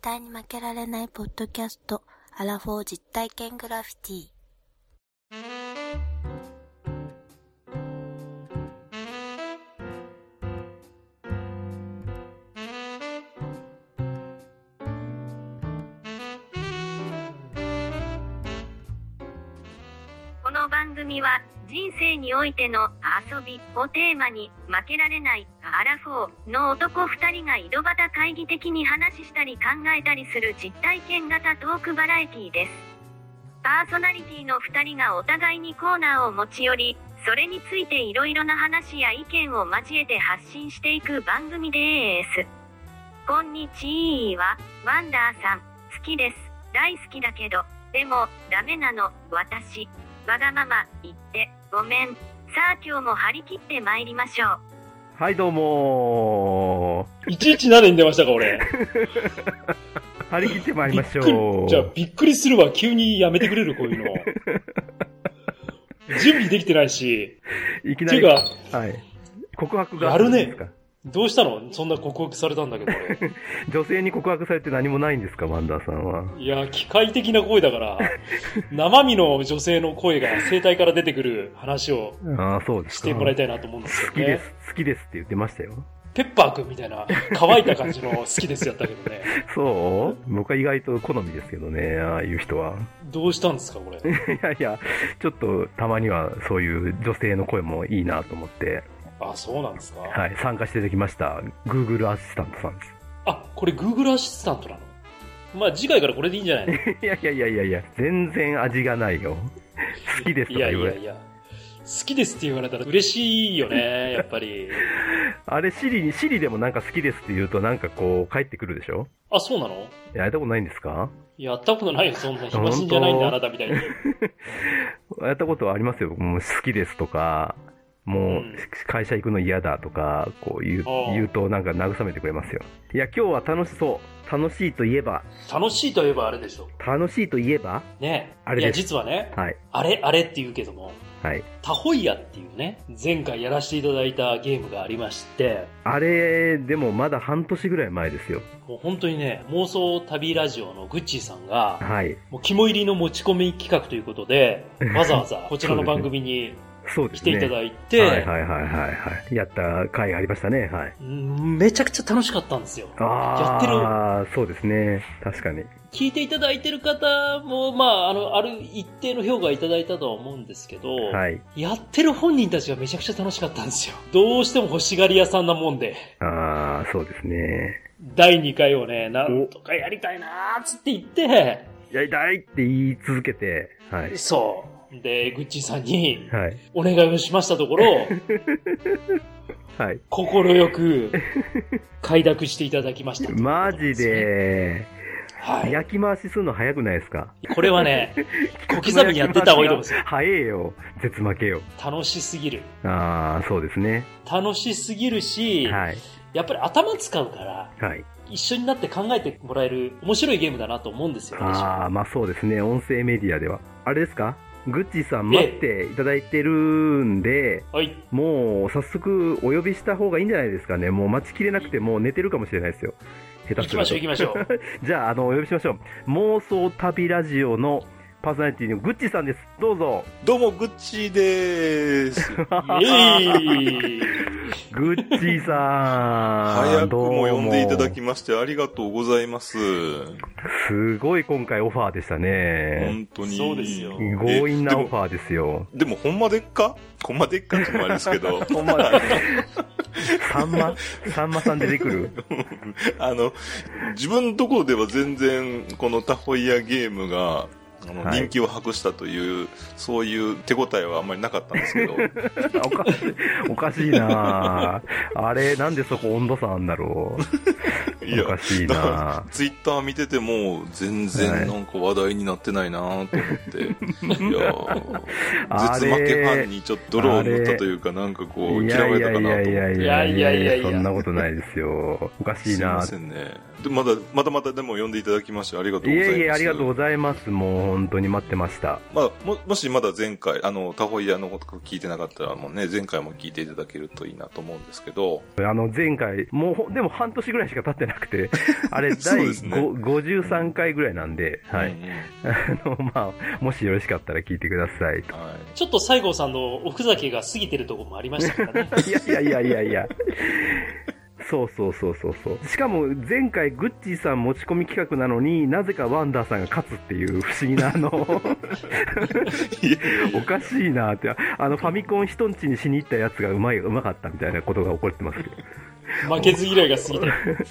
対に負けられないポッドキャスト、アラフォー実体験グラフィティ。この番組は人生においての遊びをテーマに負けられないアラフォーの男2人が井戸端会議的に話したり考えたりする実体験型トークバラエティですパーソナリティの2人がお互いにコーナーを持ち寄りそれについていろいろな話や意見を交えて発信していく番組ですこんにちはワンダーさん好きです大好きだけどでもダメなの私わがまま言ってごめんさあ今日も張り切って参りましょうはい、どうも117に出ましたか、俺。ー。張り切ってまいりましびっくょりう。じゃあ、びっくりするわ。急にやめてくれる、こういうの。準備できてないし。いきっなていり。うか、はい。告白が。やるねですかどうしたのそんな告白されたんだけど、俺。女性に告白されて何もないんですか、ワンダーさんは。いや、機械的な声だから、生身の女性の声が声帯から出てくる話をああ、そうですしか。てもらいたたいなと思うんです好よきでね。す、好きですって言ってましたよ。ペッパーくんみたいな、乾いた感じの好きですやったけどね。そう僕は意外と好みですけどね、ああいう人は。どうしたんですか、これ。いやいや、ちょっとたまにはそういう女性の声もいいなと思って、あ、そうなんですか。はい、参加していただきました。Google アシスタントさんです。あ、これ Google アシスタントなのまあ、次回からこれでいいんじゃないのいやいやいやいやいや、全然味がないよ。好きですといかやい言われやいや。好きですって言われたら嬉しいよ ね、やっぱり。あれ、シリに、シリでもなんか好きですって言うとなんかこう、帰ってくるでしょあ、そうなのやったことないんですかやったことないよ、そ んな。暇人じゃないんだ、あ本なたみたいに。やったことはありますよ。僕もう好きですとか、もううん会社行くの嫌だとか、こう言うああ言うとなんか慰めてくれますよ。いや、今日は楽しそう。楽しいといえば、楽しいといえばあれでしょ。楽しいといえばね。あれいや、です実はね、はい、あれ、あれって言うけども、はい。タホイヤっていうね、前回やらせていただいたゲームがありまして、あれ、でもまだ半年ぐらい前ですよ。もう本当にね、妄想旅ラジオのグッチーさんが、はい。もう肝入りの持ち込み企画というこ とで、わざわざこちらの番組にそうで来すてね。いただいて、はいはいはいはいはい。やった回ありましたね。はい。うんめちゃくちゃ楽しかったんですよ。やあってるあ、そうですね。確かに。聞いていただいてる方も、まあ、あの、ある一定の評価いただいたとは思うんですけど、はい。やってる本人たちがめちゃくちゃ楽しかったんですよ。どうしても欲しがり屋さんなもんで、ああ、そうですね。第2回をね、なんとかやりたいなーっつって言って、やりたいって言い続けて、はい。そう。で、グッチーさんにはい。お願いをしましたとこ ろ、はい。心よく快諾していただきました。マジ。で、はい。焼き回しするの早くないですかこれはね、小刻みにやってた方がいいと思うんで すよ。早えよ。絶負けよ。楽しすぎる。ああ、そうですね。楽しすぎるし、はい。やっぱり頭使うから、はい。一緒になって考えてもらえる面白いゲームだなと思うんですよ、私はああ、まあそうですね。音声メディアでは。あれですかグッチーさん待っていただいてるんで、はい。もう早速お呼びした方がいいんじゃないですかね。もう待ちきれなくてもう寝てるかもしれないですよ。下手行すきるまとしょう、行きましょう。じゃあ、あの、お呼びしましょう。妄想旅ラジオのパーソナリティのグッチさんです。どうぞ。どうも、グッチーでー す。イエーイグッチーさん。 早くどうも呼んでいただきましてありがとうございます。すごい今回オファーでしたね。本当に。そうですよえ強引なオフでもァーですよ。でも、ほんまでっかほんまでっかってのもあれですけど。ほんまさんま、さんまさん出てくる。 あの、自分のところでは全然、このタホイヤゲームが、あのはい人気を博したという、そういう手応えはあんまりなかったんですけど、おかしい、おかしいなあれ、なんでそこ温度差あんだろう。いやおかしいなツイッター見てても、全然なんか話題になってないなと 思って、い、やーあ絶負けファれン、にちょっと泥を塗ったというか、なんかこう、い嫌やわいれやいたかなと思やって。いやいやいやいや、そんなことないですよ。おかしいすいなませんね。でまだ、またまたでも呼んでいただきまして、ありがとうございいまえす。いえ、ありがとうございます。もう本当に待ってました。まあ、も、もしまだ前回、あの、タホイヤのこと聞いてなかったら、もうね、前回も聞いていただけるといいなと思うんですけど、あの、前回、もうほ、でも半年ぐらいしか経ってななく て、あれ、そう第ですね5 53回ぐらいなんで、はうい。んうんあの、まあ、もしよろしかったら聞いてくださいと。はいちょっと西郷さんのおふざけが過ぎてるとこもありましたから ね。いやいやいやいやいや。そうそうそうそうそう。しかも前回グッチーさん持ち込み企画なのになぜかワンダーさんが勝つっていう不思議なあ の、いやいやいおやかしいなって、あのファミコン人んちにしに行ったやつがうまい、うまかったみたいなことが起こってますけど。負けず嫌いが過ぎてる。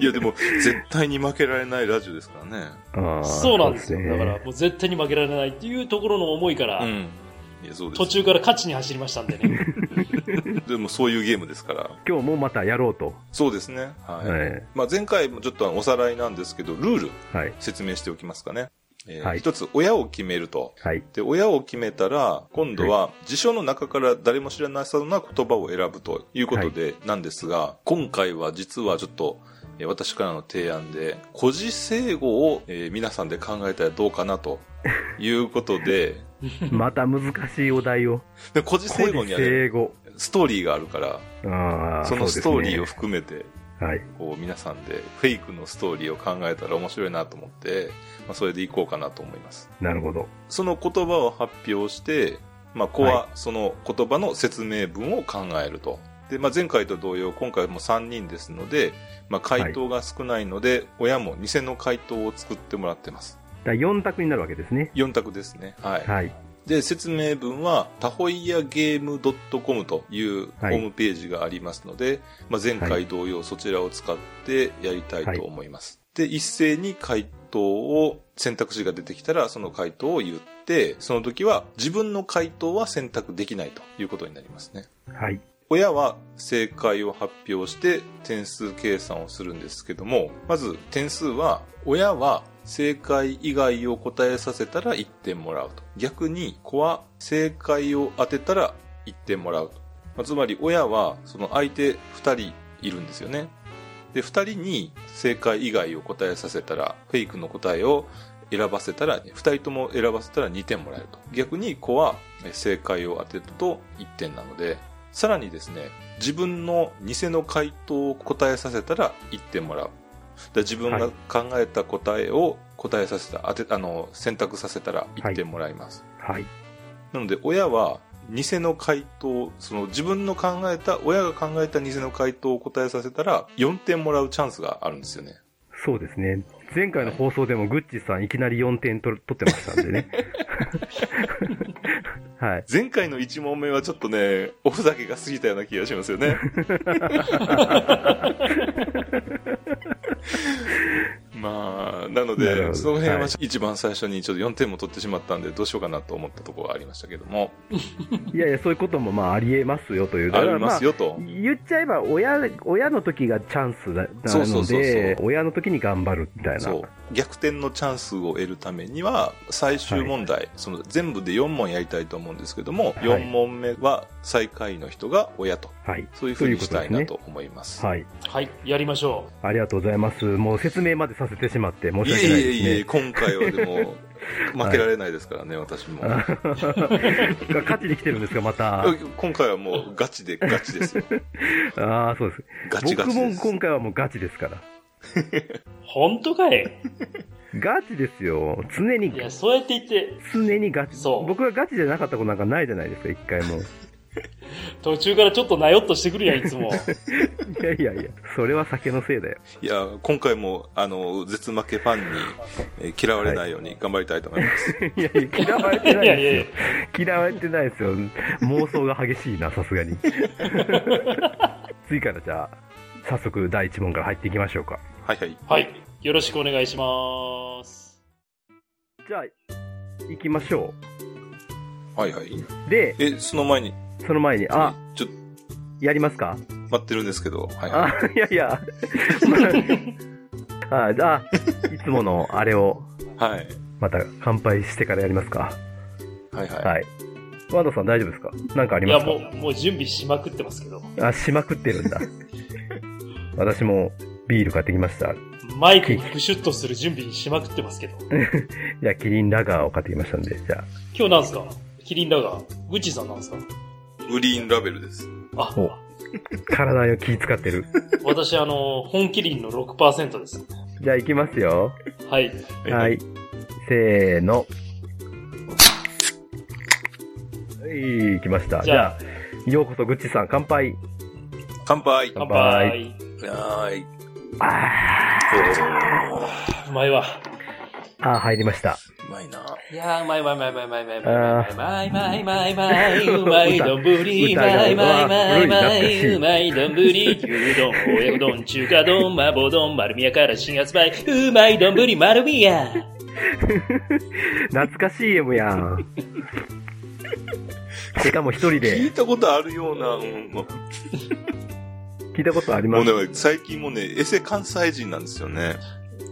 いやでも、絶対に負けられないラジオですからね。あーそうなんですよ。そうだから、もう絶対に負けられないっていうところの思いから、うん。いや、そうです。途中から勝ちに走りましたん でね。でもそういうゲームですから。今日もまたやろうと。そうですね。はい。はいまあ、前回もちょっとあのおさらいなんですけど、ルールはい。説明しておきますかね。えーはい一つ、親を決めると。はい。で、親を決めたら、今度は辞書の中から誰も知らなさそうな言葉を選ぶということでなんですが、今回は実はちょっと、えー私からの提案で、古事成語を、えー皆さんで考えたらどうかなということで、 また難しいお題を。で古事成語にはね、生後。ストーリーがあるから、あそのストーリーをを。含めて、はい。こう皆さんでフェイクのストーリーを考えたら面白いなと思って、まあ、それでいこうかなと思います。なるほど。その言葉を発表して、まあ、子はその言葉の説明文を考えると。で、まあ、前回と同様、今回も3人ですので、まあ、回答が少ないので、親も偽の回答を作ってもらってます。だ4択になるわけですね。 4択ですね。はい。はい。で、説明文は、タホイヤゲーム .com というホはいームページがありますので、まあ、前回同様そちらを使ってやりたいと思います。で、一斉に回答を、選択肢が出てきたら、その回答を言って、その時は自分の回答は選択できないということになりますね。はい。親は正解を発表して点数計算をするんですけども、まず点数は、親は正解以外を答えさせたら1点もらうと。逆に子は正解を当てたら1点もらうと。まあつまり親はその相手2人いるんですよね。で、2人に正解以外を答えさせたら、フェイクの答えを選ばせたら、2人とも選ばせたら2点もらえると。逆に子はえ正解を当てると1点なので、さらにですね、自分の偽の回答を答えさせたら1点もらう。だから自分はがい考えた答えを答えさせた、当て、あの、選択させたら1点もらいます。はい。なので、親は偽の回答、その自分の考えた、親が考えた偽の回答を答えさせたら4点もらうチャンスがあるんですよね。そうですね。前回の放送でもグッチーさんいきなり4点取る取ってましたんで ね。はい。前回の1問目はちょっとね、おふざけが過ぎたような気がします よね。まあ、ななるのほで、どその辺ははい一番最初にちょっと4点も取ってしまったんで、どうしようかなと思ったところがありましたけども、いやいや、そういうこともまあありえますよという。あだかりらますよと。言っちゃえば親、親の時がチャンスだなそうそうのそうそうで、親の時に頑張るみたいな。そう逆転のチャンスを得るためには最終問題、その全部で4問やりたいと思うんですけども、い4問目は最下位の人が親とはい。そういうふうにしたいなとと思いますはい。はい、やりましょありがとうございます。もう説明までさせてしまって申いしえ訳いないえいえですね。今回はでも 負けられないですからね、私も勝ちに来てるんですか、また。今回はもうガチでガチですよああ、そうです。ガチガ 僕チもです今回はもうガチですから。う。本当かいガチですよ。常にい、や、そうやって言って、常にガチ。そう僕がガチじゃなかったことなんかないじゃないですか、一回 も。途中からちょっとなよっとしてくるやん、い つも。いやいやいや、それは酒のせいだよ。いや今回もあの絶負けファンにえー嫌われないように頑張りたいと思います、 いやいや、嫌われいてなやいいやいです。やよ。嫌われてないですよ。妄想が激しいな、さすが に。次からじゃあ、早速第一問から入っていきましょうか。はいはいはい、よろしくお願いします。じゃあ、行きましょはいはい。う。で、え、その前に、その前に、あ、ちょっやりますかと待ってるんですけど、はいはい。あ、いやいや。 あ、じゃあ、いつものあれを、はい。また乾杯してからやりますか。はいはい。はい。ワンダさん大丈夫ですかなんかありいまや、すもう、もう準備しまくってますけど。かあ、しまくってるんだ。私もビール買ってきました。いマイクにプシュッとする準備しまくってますけど。や、キリンラガーを買ってきましたんで、じゃ今日なんすかキリンラガー。グッチーさんなんすかグリーンラベルです。あお、体を気使ってる。私、あの、本麒麟の6%です。じゃあ行きますよ。はい。はい。せーの。はい、来ました。じじゃゃあ、あようこそグッチさん、乾杯。乾杯乾乾杯杯。はーい。あうまいわ。ーあー、入りました。うまいな。いやー、うまいうまいうまいうまいうまいうまいうあまいうまいうまいうまいうまいうどんぶり、う歌まいうまいうまいうま歌がうわ古い懐かしいいうまいどんぶり、牛丼、親子丼、中華丼、麻婆丼、丸宮から新発売、うまいどんぶり、丸宮。懐かしい M や ん。しかも一人聞でいたことあるような、うんま聞いたことありもまうす。ね、最近もね、エセ関西人なんですよね。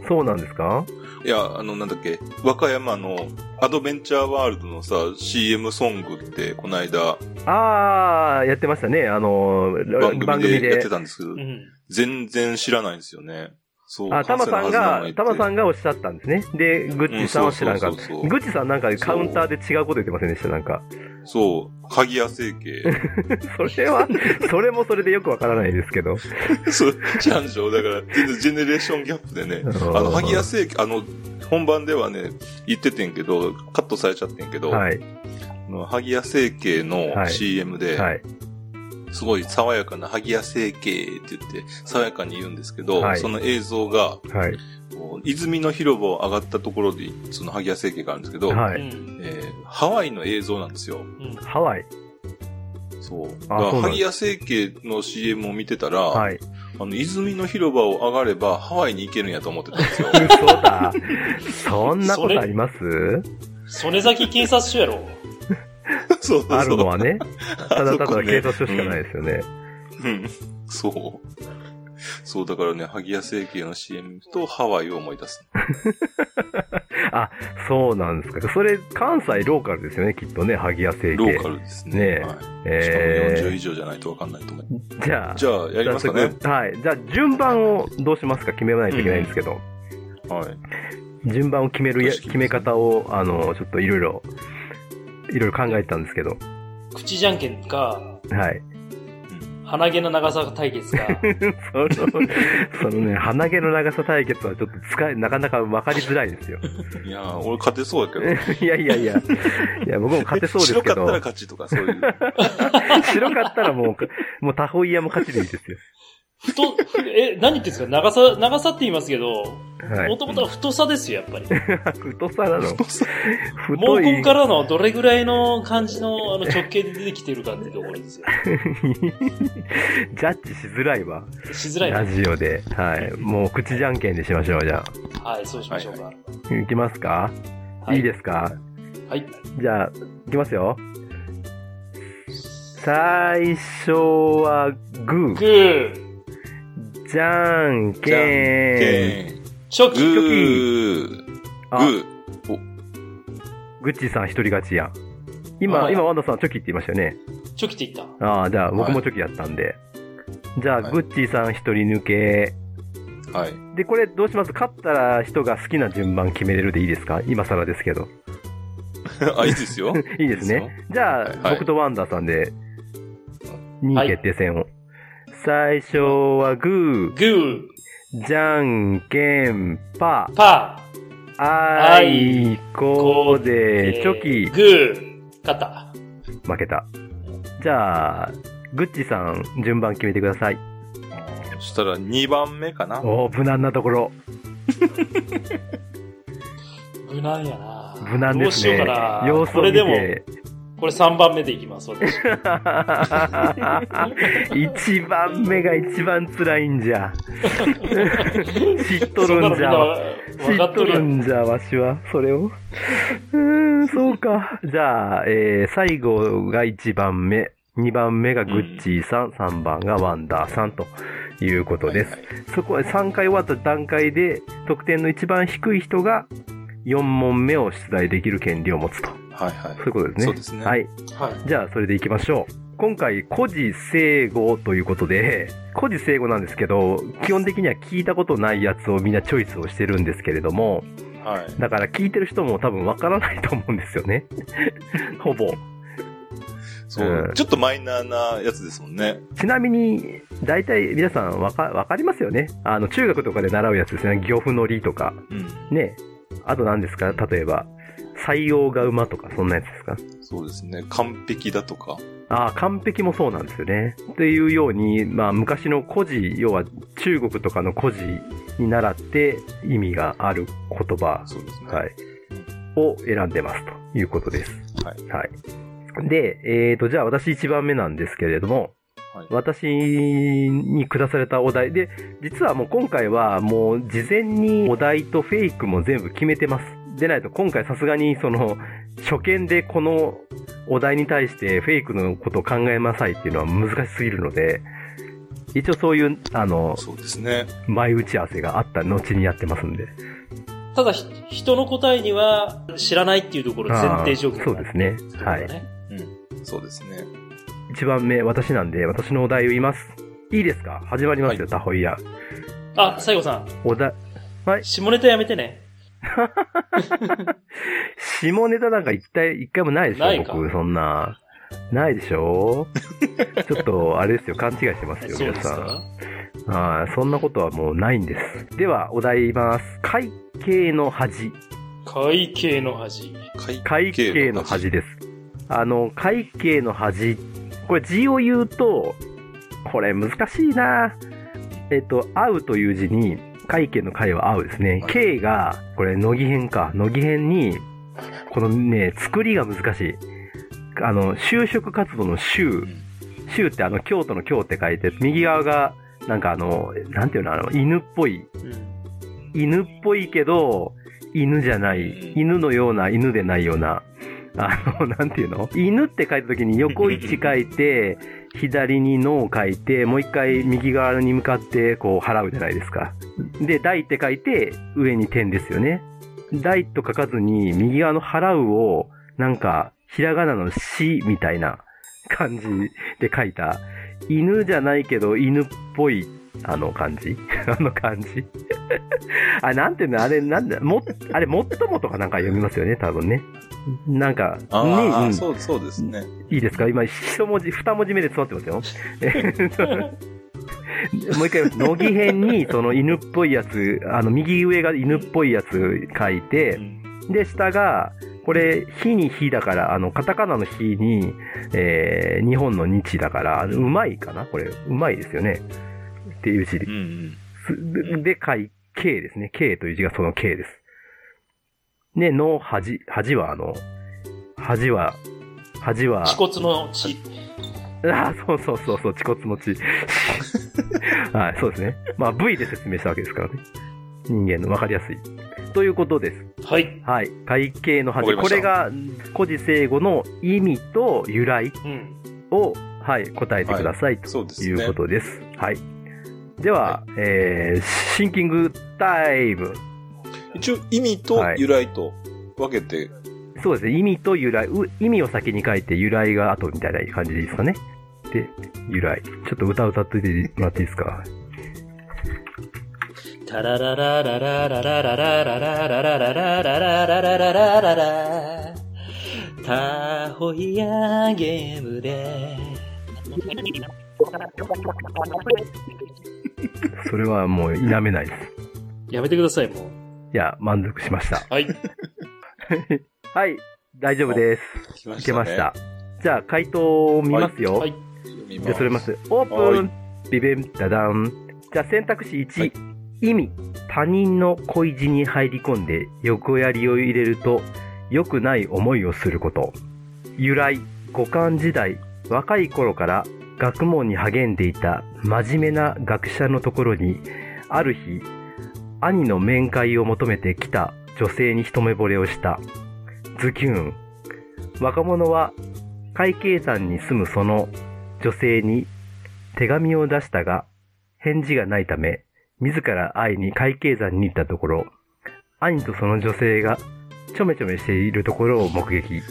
そうなんですかいや、あの、なんだっけ、和歌山のアドベンチャーワールドのさ、CM ソングって、この間、ああ、やってましたね。あのー、番番組組でやっでて。たんですけどう、ん。全然知らないんですよね。そう。あ、タマさんが、タマさんんがおっしゃったんですね。で、グッチさんは知らんかった。そうそうそうそうグッチさんなんかカウンターで違うこと言ってませんでしたなんか。そう。鍵屋整形。それは、それもそれでよくわからないですけど。そう、ちゃんしょ。だから、全然ジェネレーションギャップでね。あの、萩谷正規、あの、本番ではね、言っててんけど、カットされちゃってんけど、はい、あの萩谷整形のはい CM で、はい、すごい爽やかな萩谷整形って言って、爽やかに言うんですけど、はいその映像が、はい、こう泉の広場を上がったところで、その萩谷整形があるんですけど、うはい。ん。えーハワイの映像なんですよ。うん。ハワイ、そう。だあからそうなん萩谷整形の CM を見てたら、はい。あの、泉の広場を上がれば、ハワイに行けるんやと思ってたんですよ。嘘 だ。そんなことあります曽根崎警察署やろ。そう そうそう。あるのはね。ただそたこだね警察署しかないですよね。うん。そう。そう、だからね、萩谷整形の CM とハワイを思い出す。そうなんですか。それ、関西ローカルですよね、きっとね、萩谷整形。ローカルですね。ねえはい、しかも40え以上じゃないとわかんないと思う。ー、じゃあ、じゃあ、やりますかね早。速はい。じゃあ、順番をどうしますか決めないといけないんですけど、はい。順番を決めるや、確かに決め方を、あの、ちょっといろいろ、いろいろ考えてたんですけど、口じゃんけんか、はい。鼻毛の長さ対決 か。その、そのね、鼻毛の長さ対決はちょっと使え、なかなか分かりづらいですよ。いやー、俺勝てそうやけど。いやいやいや、いや、僕も勝てそうですけど、白かったら勝ちとか、そ ういう。白かったらもう、もう他方イヤも勝ちでいいですよ。太、え、何言ってんですか長さ、長さって言いますけど、はもい。ともとは太さですよ、やっぱり。太さなの。毛太根い。からのどれぐらいの感じのあの直径で出てきてるかってところですよ。ジャッジしづらいわ。しづらいラな。ジオで。はい。もう口じゃんけんでしましょう、じゃはい、そうしましょうか。あ。いきますか、はいい、いですかはい。じゃあ、いきますよ。最初はググー、ー、じゃんけじゃんん。けん。チョグキ、ー。グあー。グッチーさん一人勝ちやん。あ今、はい今、ワンダさんチョキって言いましたよね。チョキって言っああ、じゃあ僕もチョキやったんで。じゃあ、はいグッチーさん一人抜け。はい。 で、これどうします勝ったら人が好きな順番決めれるでいいですか今更ですけど。あ、いいですよ。いいですいいでね。じゃあ、はい僕とワンダさんで、2はい位決定戦を。最初はグた。グー、ー、じゃんけん、パパー、あいこで、チョグー、勝った。キ、負けた。じゃあ、グッチーさん、順番決めてください。そしたら2番目かな。おお、無難なところ。無難やな無難ですね。どうしようかな様子こをれ見でも、て。これ3番目でいきます、私。 一番目が一番辛いんじ ゃ。知っとそんなるんのみんじゃなわ。分知かっっととるやるん。んじゃ、わしは。それを。うーん、そうか。じゃあ、えー、最後が一番目。二番目がグッチーさん、三番がワンダーさんということです。はいはいそこは3回終わった段階で、得点の一番低い人が4問目を出題できる権利を持つと。はいはいそういうことですね。そうですねはい。はい。じゃあ、それでいきましょう。今回、孤児生語ということで、孤児生語なんですけど、基本的には聞いたことないやつをみんなチョイスをしてるんですけれども、はい。だ から聞いてる人も多分わからないと思うんですよね。ほぼ。そう、うんちょっとマイナーなやつですもんね。ちなみに、大体皆さんわか、わかりますよねあの、中学とかで習うやつですね。漁夫の理とか。うん。ね。あと何ですか例えば、採用が馬とか、そんなやつですかそうですね。完璧だとか。ああ、完璧もそうなんですよね。っていうように、まあ、昔の古事、要は中国とかの古事に習って意味がある言葉、そうですね。はい、を選んでますということです。ははい。で、えーと、じゃあ私1番目なんですけれども、はい私に下されたお題で、実はもう今回はもう事前にお題とフェイクも全部決めてます。でないと今回さすがにその、初見でこのお題に対してフェイクのことを考えなさいっていうのは難しすぎるので、一応そういう、あの、そうですね。前打ち合わせがあった後にやってますんで。ただ、ひ人の答えには知らないっていうところ前提条件あーそうですね。はい。そうですね。一番目、私なんで、私のお題を言います。いいですか始まりますよ、はいタホイヤ。あ、西郷さん、お題、下ネタやめてね。下ネタなんか一体、一回もないでしないかょ僕、そんな。ないでし ょちょっと、あれですよ、勘違いしてますよ、そう皆ですさかん。はい、そんなことはもうないんです。では、お題言います。会計の恥。会計の恥。会会計の恥です。あの、会計の恥。これ字を言うと、これ難しいなえっと、会うという字に、会計の会は会うですね。はい計が、これ、乃木編か。乃木編に、このね、作りが難しい。あの、就職活動のう就ん。就ってあの、京都の京って書いて、右側が、なんかあの、なんていうの、あの、犬っぽい。うん。犬っぽいけど、犬じゃない。うん犬のような、犬でないような。あの、なんていうの犬って書いた時に横位置書いて、左に脳を書いて、もう一回右側に向かってこう払うじゃないですか。で、台って書いて、上に点ですよね。台と書かずに、右側の払うを、なんか、ひらがなのしみたいな感じで書いた、犬じゃないけど犬っぽい、あの感じ あの感じ あ、なんていうのあれ、なんだ、も、あれ、もっともとかなんか読みますよね、多分ね。なんか、あねあ、うんそう、そうですね。いいですか今、一文字、二文字目で詰まってますよ。 もう一回言います、乃木編に、その犬っぽいやつ、あの、右上が犬っぽいやつ書いて、で、下が、これ、火に火だから、あの、カタカナの火に、えー、日本の日だから、うまいかなこれ、うまいですよね。っていう字でうんうん。すで、かい、K ですね。K という字がその K です。で、の恥、恥はあの、恥は、恥は、恥骨の血。 あーそうそうそうそう、恥骨の血。 はい、そうですね。まあ、V で説明したわけですからね。人間のわかりやすい。ということです。はい。はい。会計の恥。わかりまこしたれが、古事成語の意味と由来うん。を、はい、答えてくださいとそうですね。いうことです。はい。では、えー、シンキングタイム。一応、意味と由来と分けて、そうですね。意味と由来。う意味を先に書いて、由来が後みたいな感じでいいですかね。で、由来。ちょっと歌歌っといてもらっていいですか。タラララララララララララララララララララララタホイヤゲームでそれはもう否めないです。やめてくださいもいや、満足しました。うはいはい。大丈夫です。きまいけました。じゃあ、回答を見ますよ。はい読じみゃまあ、すそれます。オープはンビビン、ダダン。じゃあ、選択肢1。はい意味。他人の恋路に入り込んで、横槍を入れると、良くない思いをすること。由来。五感時代。若い頃から学問に励んでいた真面目な学者のところに、ある日、兄の面会を求めてきた女性に一目惚れをした。ズキューン。若者は会計山に住むその女性に手紙を出したが、返事がないため、自ら愛に会計山に行ったところ、兄とその女性がちょめちょめしているところを目撃。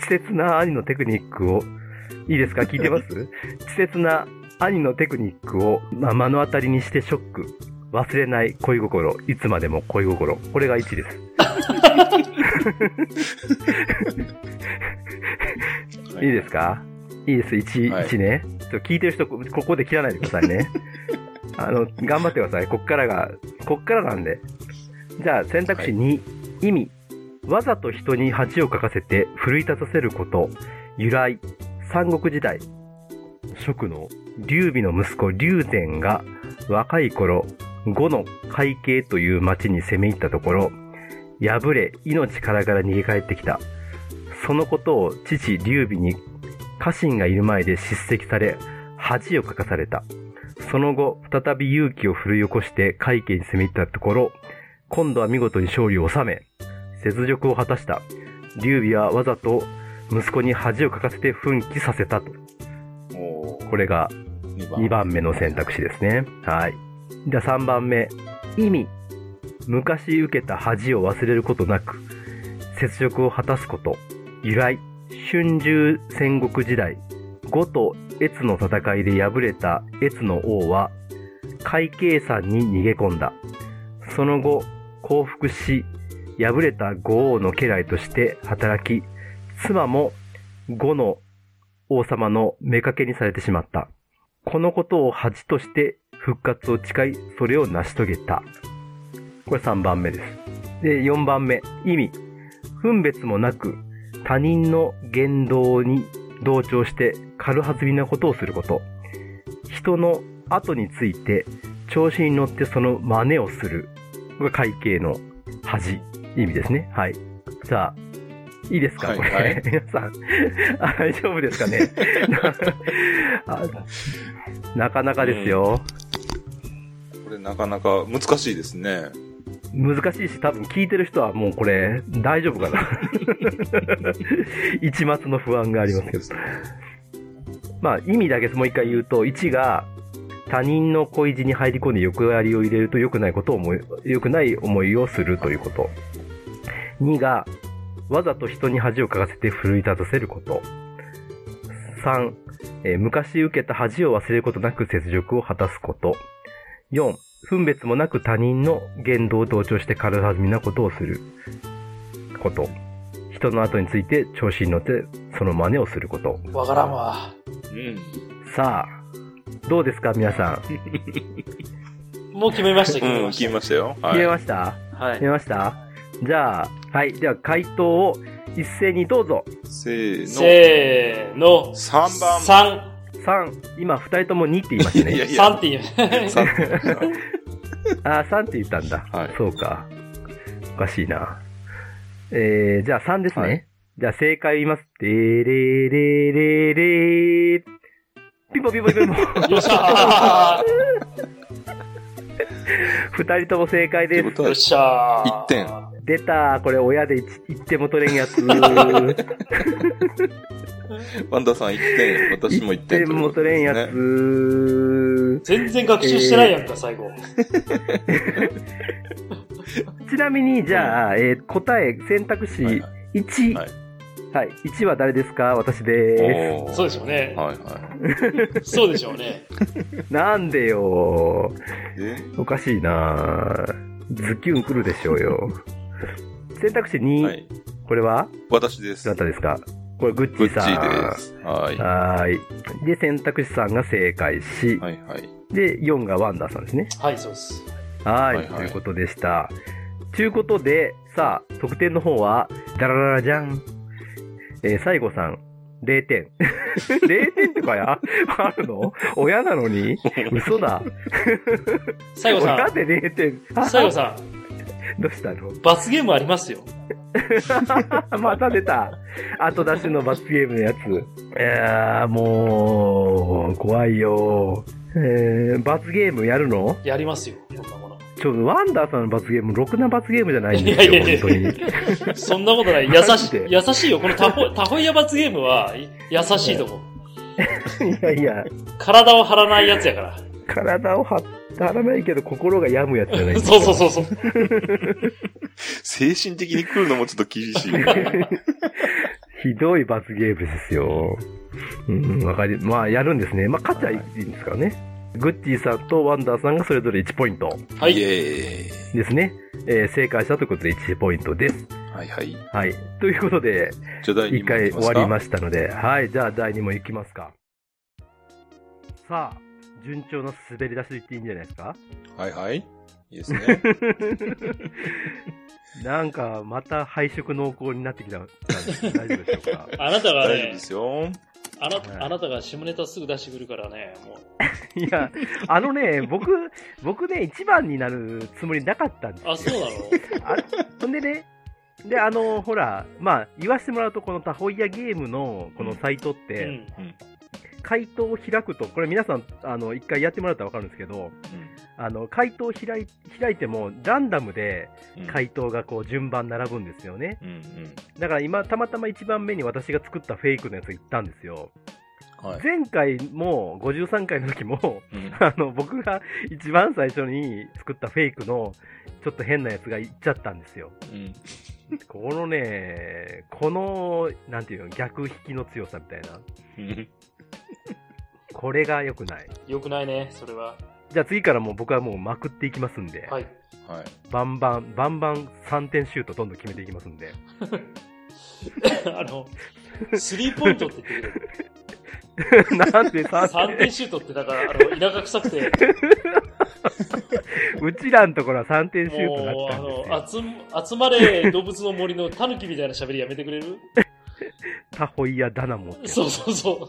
稚拙な兄のテクニックを、いいですか聞いてます 稚拙な兄のテクニックを、まあ、目の当たりにしてショック。忘れない恋心。いつまでも恋心。これが1です。はいいですかいいです、1、はい一ね。ちょっと聞いてる人、こここで切らないでください ね。あの、頑張ってください。こっからが、こっからなんで。じゃあ、選択肢2、意味。わざと人に恥をかかせて奮い立たせること。由来。三国時代。職の劉備の息子劉禅が若い頃、呉の海景という町に攻め入ったところ、敗れ命からがら逃げ帰ってきた。そのことを父劉備に家臣がいる前で叱責され、恥をかかされた。その後、再び勇気を振り起こして会計に攻め入ったところ、今度は見事に勝利を収め、雪辱を果たした。劉備はわざと息子に恥をかかせて奮起させたと。おーこれが2 2番目の選択肢ですね。はい。じゃあ3番目。意味。昔受けた恥を忘れることなく、雪辱を果たすこと。由来。春秋戦国時代、呉と越の戦いで敗れた越の王は、海景山に逃げ込んだ。その後、降伏し、敗れた呉王の家来として働き、妻も呉の王様の妾にされてしまった。このことを恥として復活を誓い、それを成し遂げた。これ3番目です。で、4番目、意味。分別もなく、他人の言動に同調して軽はずみなことをすること。人の後について、調子に乗ってその真似をする。これが会計の恥、意味ですね。はい。さあ、いいですか、はいこれ。はい皆さん、 あ大丈夫ですかね あなかなかですよ。これなかなか難しいですね。難しいし、多分聞いてる人はもうこれ、大丈夫かな 一末の不安がありますけど。そうですねまあ、意味だけもう一回言うと、1が、他人の恋路に入り込んで欲張りを入れると良くないことを思い、良くない思いをするということ。2が、わざと人に恥をかかせて奮い立たせること。3、えー昔受けた恥を忘れることなく雪辱を果たすこと。4、分別もなく他人の言動を同調して軽はずみなことをすること。人の後について調子に乗ってその真似をすること。わからんわ。うん。さあ、どうですか、皆さん。もう決めました、決めうん、ま聞しきましたよ。は消えい。ましたた。はい消え。ましたじゃあ、はい。では、回答を一斉にどうぞ。せーせーのの。。3番。三3、今、2人とも2って言いましたいやね。いや三、っていう。三番あー、3って言ったんだ。はいそうか。おかしいな。えー、じゃあ3ですね。はいじゃあ正解言います。でれれれれー。ピンポンピンポンピン ポン。よっしゃ2人とも正解とでいうすこ。ー とはよっ、しゃー。一点出たこれ親で1点も取れんや つ。1ワンダさん1点、私も1点。点も取れんやというこつ。全然学習してないやんか、最後。ちなみに、じゃあ、えー答え、選択肢とですね。 1。はい、はい1は誰ですか私でおーそうでしょうね。はいはそうでしょうね。す。なんでよい。で、おかしいなズキュン来るでしょう よ。選択肢2、はい。これは私ですどな。たですかこれ、グッチグーッさチん。ーです。はい。ははーい。で、選択肢3が正解し、いはい。で、4がワンダーさんですね。はい、そうです。はい,、はいはいということでした。ちゅうことで、さあ、得点の方は、ダラララじゃん。えー、最後さん、0点。0点とかやあるの親なのに嘘だ。最後さ親ん、で0点。最後さどうしたの ん、罰ゲームありますよ。また出た。後出しの罰ゲームのやつ。いやー、もう、怖いよ。えー、罰ゲームやるのやりますよ、こんなもの。ちょ、ワンダーさんの罰ゲーム、ろくな罰ゲームじゃないんいでやすいよ、やい本当に。や、そんなことない。優マしジいで、優しいよ。このタホ、タホイヤ罰ゲームは、い優しいと思う。いやいや。体を張らないやつやから。体を張って張らないけど心が病むやつじゃないですか そうそうそうそう。精神的に来るのもちょっと厳 しい。ひどい罰ゲームですよ。うん、わかり、まあやるんですね。まあ勝ちはいいんですからね。グッチーさんとワンダーさんがそれぞれ1ポイントはイい。エーイ。ですね。えー正解したということで1ポイントです。はいはい。はい。ということで、じゃあ第2一問い回き終わりまししたので、はい、じゃあ第2問いきますか。さあ、順調な滑り出しと言っていいんじゃないですかた。はいはい。いいですね。 なんか、また配色濃厚になってきた感じ、大丈夫でしょうかあなたが大丈夫ねで、すよ。あなはいあなたが下ネタすぐ出してくるからね、もう。 いや、あのね、僕、僕ね、一番になるつもりなかったんですよ。あ、そうなのあれほんでね、で、あの、ほら、まあ、言わせてもらうと、このタホイヤゲームの、このサイトっうて、ん。回答を開くと、これ皆さん、あの、一回やってもらったらわかるんですけど、あの、回答を開い開いても、ランダムでうん回答がこう、順番並ぶんですよね。うんうん。だから今、たまたま一番目に私が作ったフェイクのやつ行ったんですよ。はい。前回も、53回の時も、 うんあの、僕が一番最初に作ったフェイクの、ちょっと変なやつが行っちゃったんですよ。うんこのね、この、なんていうの、逆引きの強さみたいな。うんこれが良くない。よくないね、それは。じゃあ次からもう僕はもうまくっていきますんで、はい。はい。バンバン、バンバン3点シュートどんどん決めていきますんで。 あの、スリーポイントって言ってくれ。なんで3 3点点シュートって、だから、あの、田舎臭くて、うちらのところは3点シュートだもう、っあたんですのよ。、集ま集まれ動物の森のタヌキみたいな喋りやめてくれるタホイヤダナモって。じそうそうそう。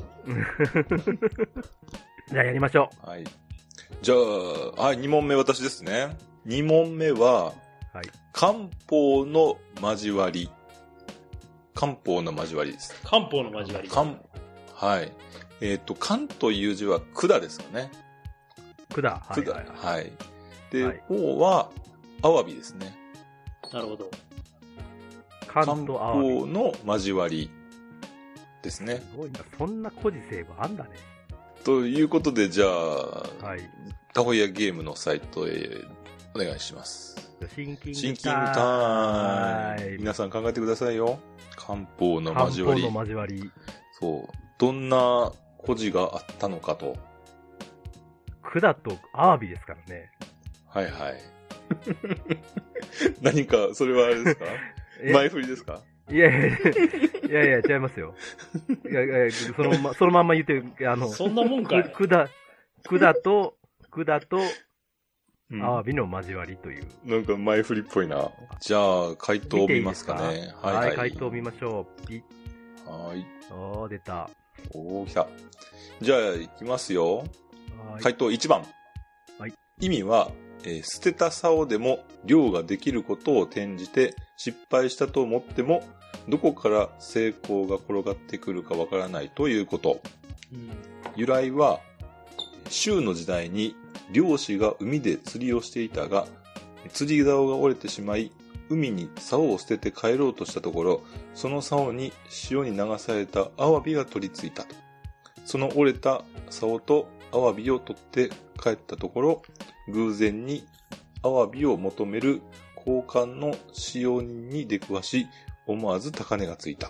ゃあやりましょはい。じゃあ、はい、2問目私ですね。2問目は、はい漢方の交わり。漢方の交わりです。漢方の交わり。漢、はい。えっ、と、漢という字は管ですかね。う。くだ。はい管。ははいいはい。で、はい方は、アワビですね。なるほど。関東アワビ。漢方の交わりですね。すごいな。そんな孤児性があんだね。ということで、じゃあ、はい。じタホイヤゲームのサイトへお願いします。ゃあシンキングタイム。シンキングタイム。皆さん考えてくださいよ。漢方の交わり漢。方の交わり。そう。どんな孤児があったのかと。くだとアワビですからね。はい はい。何か、それはあれですかえ前振りですかいやいやいや、いやいや、違いますよ。いやいや、そのま、そのまんま言って、あの、そんなもんかいく、くだ、くだと、くだと、うんアワビの交わりという。なんか前振りっぽいな。じゃあ、回答を見ますか見ていいね。はい、はいはい。回答を見ましょう。ピはい。ッ。おー、出た。はおー、来た。じゃあ、いきますよ。ーい。回答1番。はい意味は、えー捨てた竿でも漁ができることを転じて失敗したと思ってもどこから成功が転がってくるかわからないということ。うん由来は、州の時代に漁師が海で釣りをしていたが、釣り竿が折れてしまい、海に竿を捨てて帰ろうとしたところ、その竿に潮に流されたアワビが取り付いたと。その折れた竿とアワビを取って帰ったところ、偶然にアワビを求める交換の使用人に出くわし、思わず高値がついた。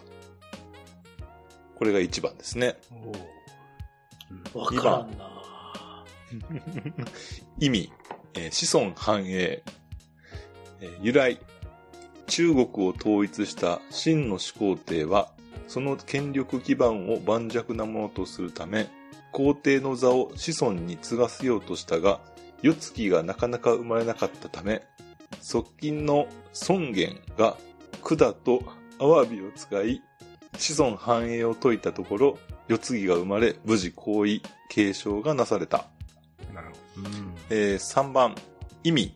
これが一番ですね。おーわからんな 意味、えー子孫繁栄、えー由来、中国を統一した秦の始皇帝は、その権力基盤を盤石なものとするため、皇帝の座を子孫に継がせようとしたが、世継ぎがなかなか生まれなかったため、側近の孫元が管とアワビを使い、子孫繁栄を説いたところ、世継ぎが生まれ、無事皇位、継承がなされた。なるほど。うん。えー3番、意味、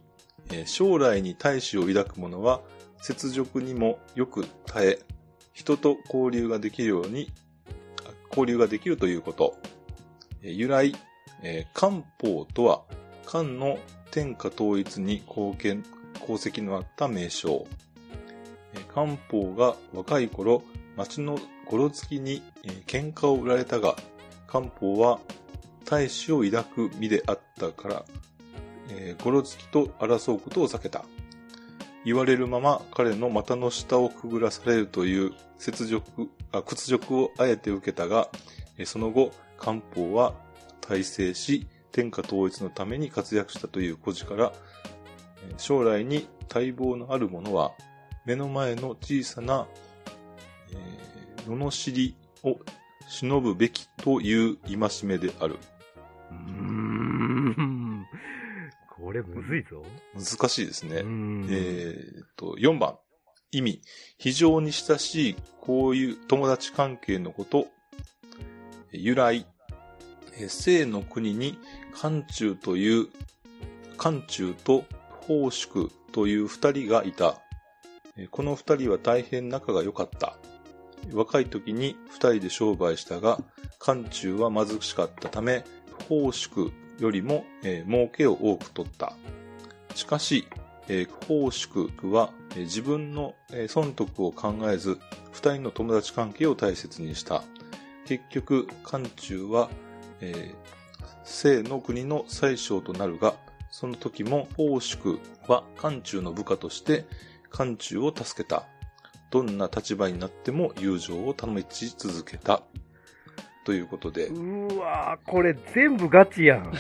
えー将来に大志を抱く者は、雪辱にもよく耐え、人と交流ができるように、あ交流ができるということ。えー由来、えー漢方とは、漢の天下統一に貢献、功績のあった名称。えー漢方が若い頃、町のごろつきに、えー喧嘩を売られたが、漢方は大志を抱く身であったから、えー、ゴロツキと争うことを避けた。言われるまま彼の股の下をくぐらされるという雪辱、あ屈辱をあえて受けたが、えーその後、漢方は大成し、天下統一のために活躍したという故事から、えー将来に待望のある者は、目の前の小さな、えー、罵りを忍ぶべきという戒めである。うーん。これむずいぞ。難しいですね。うーん。えーっと、4番。意味。非常に親しい、こういう友達関係のこと。由来。えー西の国に、漢中という、漢中と宝祝という二人がいた。えーこの二人は大変仲が良かった。若い時に二人で商売したが、漢中は貧しかったため、宝祝よりも、えー儲けを多く取った。しかし、えー、公祝は、えー自分の、えー損得を考えず、二人の友達関係を大切にした。結局、漢中は、えー、西の国の宰相となるが、その時も公祝は漢中の部下として、漢中を助けた。どんな立場になっても友情を保ち続けた。ということでう、ーわー、これ全部ガチやん。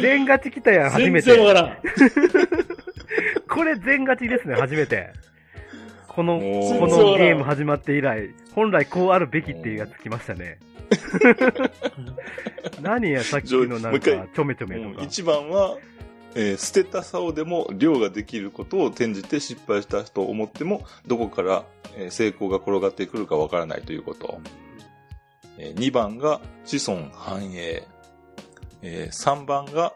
全ガチ来たやん、初全め然て。わからん。これ全ガチですね、初めて。この、こもうのゲーム始まって以来、本来こうあるべきっていうやつ来ましたね。何や、さっきのなんかじゃあもう一回、ちょめちょめうんとか。一番は、えー捨てた竿でも漁ができることを転じて失敗したと思ってもどこから、えー成功が転がってくるかわからないということ、え2番が子孫繁栄、え3番が、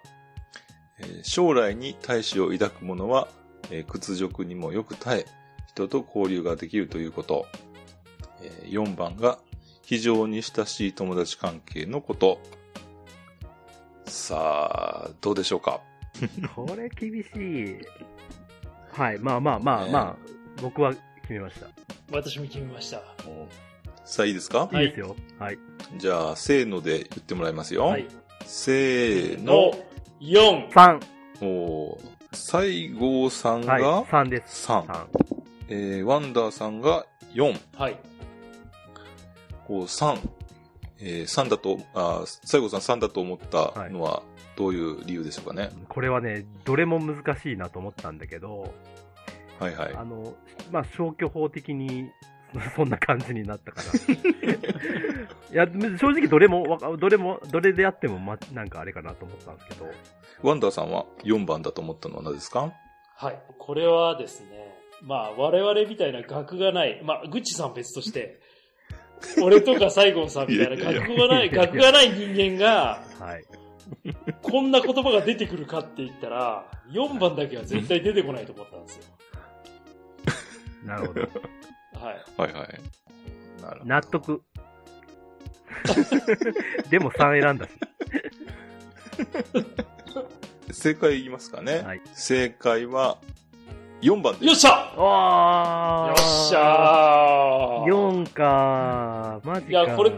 えー将来に大志を抱く者は、えー屈辱にもよく耐え人と交流ができるということ、え4番が非常に親しい友達関係のことさあ、どうでしょうかこれ厳しい。はい、まあまあまあまあ、僕は決めました。私も決めました。さあ、いいですか、はいいいですよ。はい。じゃあ、せーので言ってもらいますよ。はい。せーのの。、4。 3。おー西郷さんはい。が3です。 3、 3。えーワンダーさんが4、はい。こう3、えー、三だと、あー西郷さん3だと思ったのは、どういう理由でしょうかね。これはね、どれも難しいなと思ったんだけど、はいはい。あの、まあ、消去法的に、 そんな感じになったから。いや、正直どれもわか、どれも、どれであっても、ま、なんかあれかなと思ったんですけど、ワンダーさんは4番だと思ったのはなぜですかはい。これはですね、まあ、我々みたいな学がない、まあ、グッチさん別として、俺とか西郷さんみたいな学がない、いやいやいや学がない人間が、はい。こんな言葉が出てくるかって言ったら、4番だけは絶対出てこないと思ったんですよ。なるほど。はい。はいはい。なるほど納得。でも3選んだし。正解言いますかね。はい正解は4番です。よっしゃおーよっしゃー4かマジかいやこれ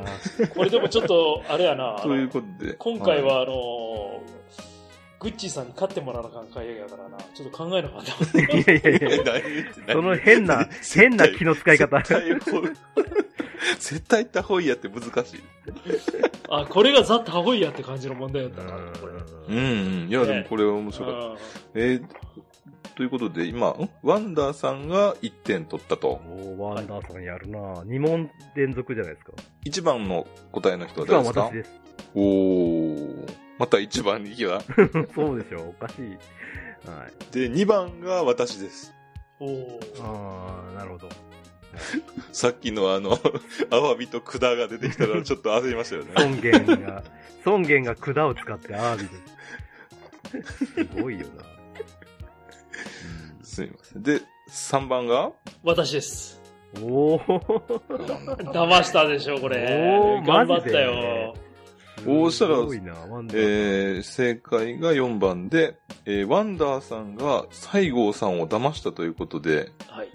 これでもちょっと、あれやな、あというのことで。今回は、あのーグッチーさんに勝ってもらわなあかん会やからな、ちょっと考えなあかんと思っていやいやいやいや その変 な、変な気の使い方。絶対こう 絶対行った方がいいやって難しい。あ、これがザ・タホイヤって感じの問題だったな、これ。うん、うん。いや、ねでもこれは面白かった。えーということで、今、んワンダーさんが1点取ったと。おワンダーさんやるな2問連続じゃないですか。 1番の答えの人は一番誰はですか私です。 おー。また1番に行きは。そうでしょおかしい。はい。で、2番が私です。おおーあー、なるほど。さっきのあの、 アワビとクダが出てきたらちょっと焦りましたよ 尊ね。厳 が、尊厳が管を使ってアワビです。すごいよな。すみません。で、3番が私です。おー、騙したでしょ、これお。ー頑張マっジでたよ。おーしたらすごいな、ワンダー。えー正解が4番で、えーワンダーさんが西郷さんを騙したということで、はい。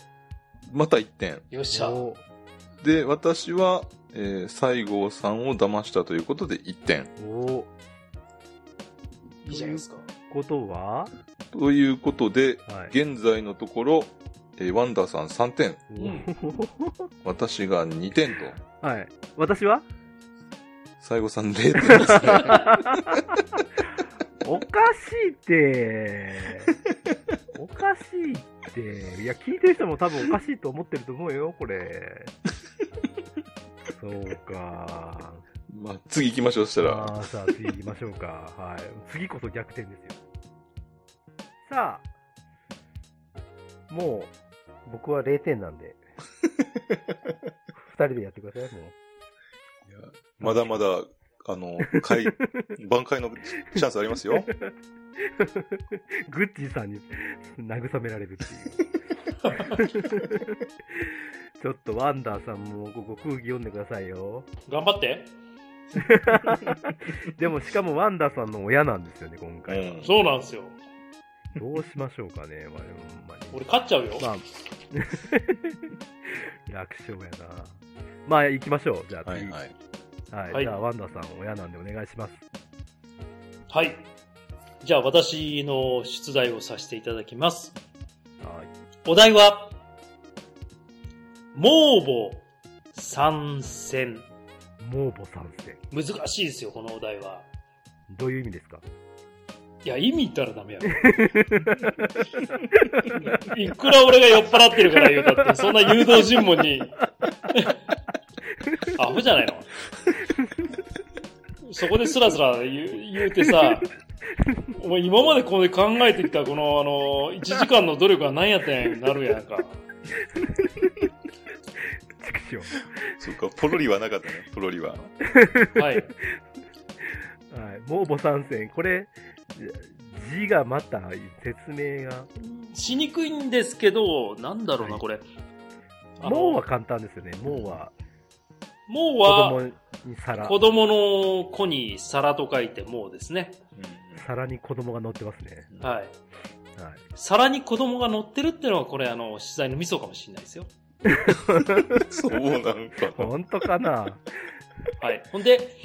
また1点。よっしゃ。おーで、私は、えー西郷さんを騙したということで1点。おーいいじゃないですか。ことはということで、はい。現在のところ、えーワンダーさん3点、ん私が2点と、はい。私は西郷さん0点ですね。おかしいって。おかしいって。いや、聞いてる人も多分おかしいと思ってると思うよ、これ。そうか。まあ、次行きましょう、そしたら。あーさあ、次行きましょうか。はい。次こそ逆転ですよ。さあ、もう、僕は0点なん で。二人でやってください、もう。いやまだまだ、あの、回、挽回のチャンスありますよ。グッチーさんに慰められるっていう。ちょっとワンダーさんもここ空気読んでくださいよ。頑張って。でもしかもワンダーさんの親なんですよね、今う回。ん。そうなんですよ。どうしましょうかね、我々ほんまに。俺勝っちゃうよ。まあ、 楽勝やな。まあ、行きましょう。じゃあは次。いは、はいい。はいじゃあ、ワンダさん、親なんでお願いします。はい。じゃあ私の出題をさせていただきます。はい。お題は、盲母参戦。モーボ参戦。難しいですよ、このお題は。どういう意味ですかいや、意味言ったらダメやろ。いくら俺が酔っ払ってるから言うたって、そんな誘導尋問 に。アホじゃないのそこでスラスラ言う言うてさ、お前今までこれ考えてきたこの、あの、1時間の努力は何やったんやなるやんか。畜生。そうか、ポロリはなかったね、ポロリは。ははい。い。モーボ参戦。これ、字がまた説明が。しにくいんですけど、なんだろうな、はいこれ。あのもうは簡単ですよね。もうはもう子は、供に皿。子供の子に皿と書いてもうですね。皿に子供が乗ってますね。はい。はい。皿に子供が乗ってるってのは、これ、あの、取材のミソかもしれないですよ。そうなんか。本当か なはい。ほんで、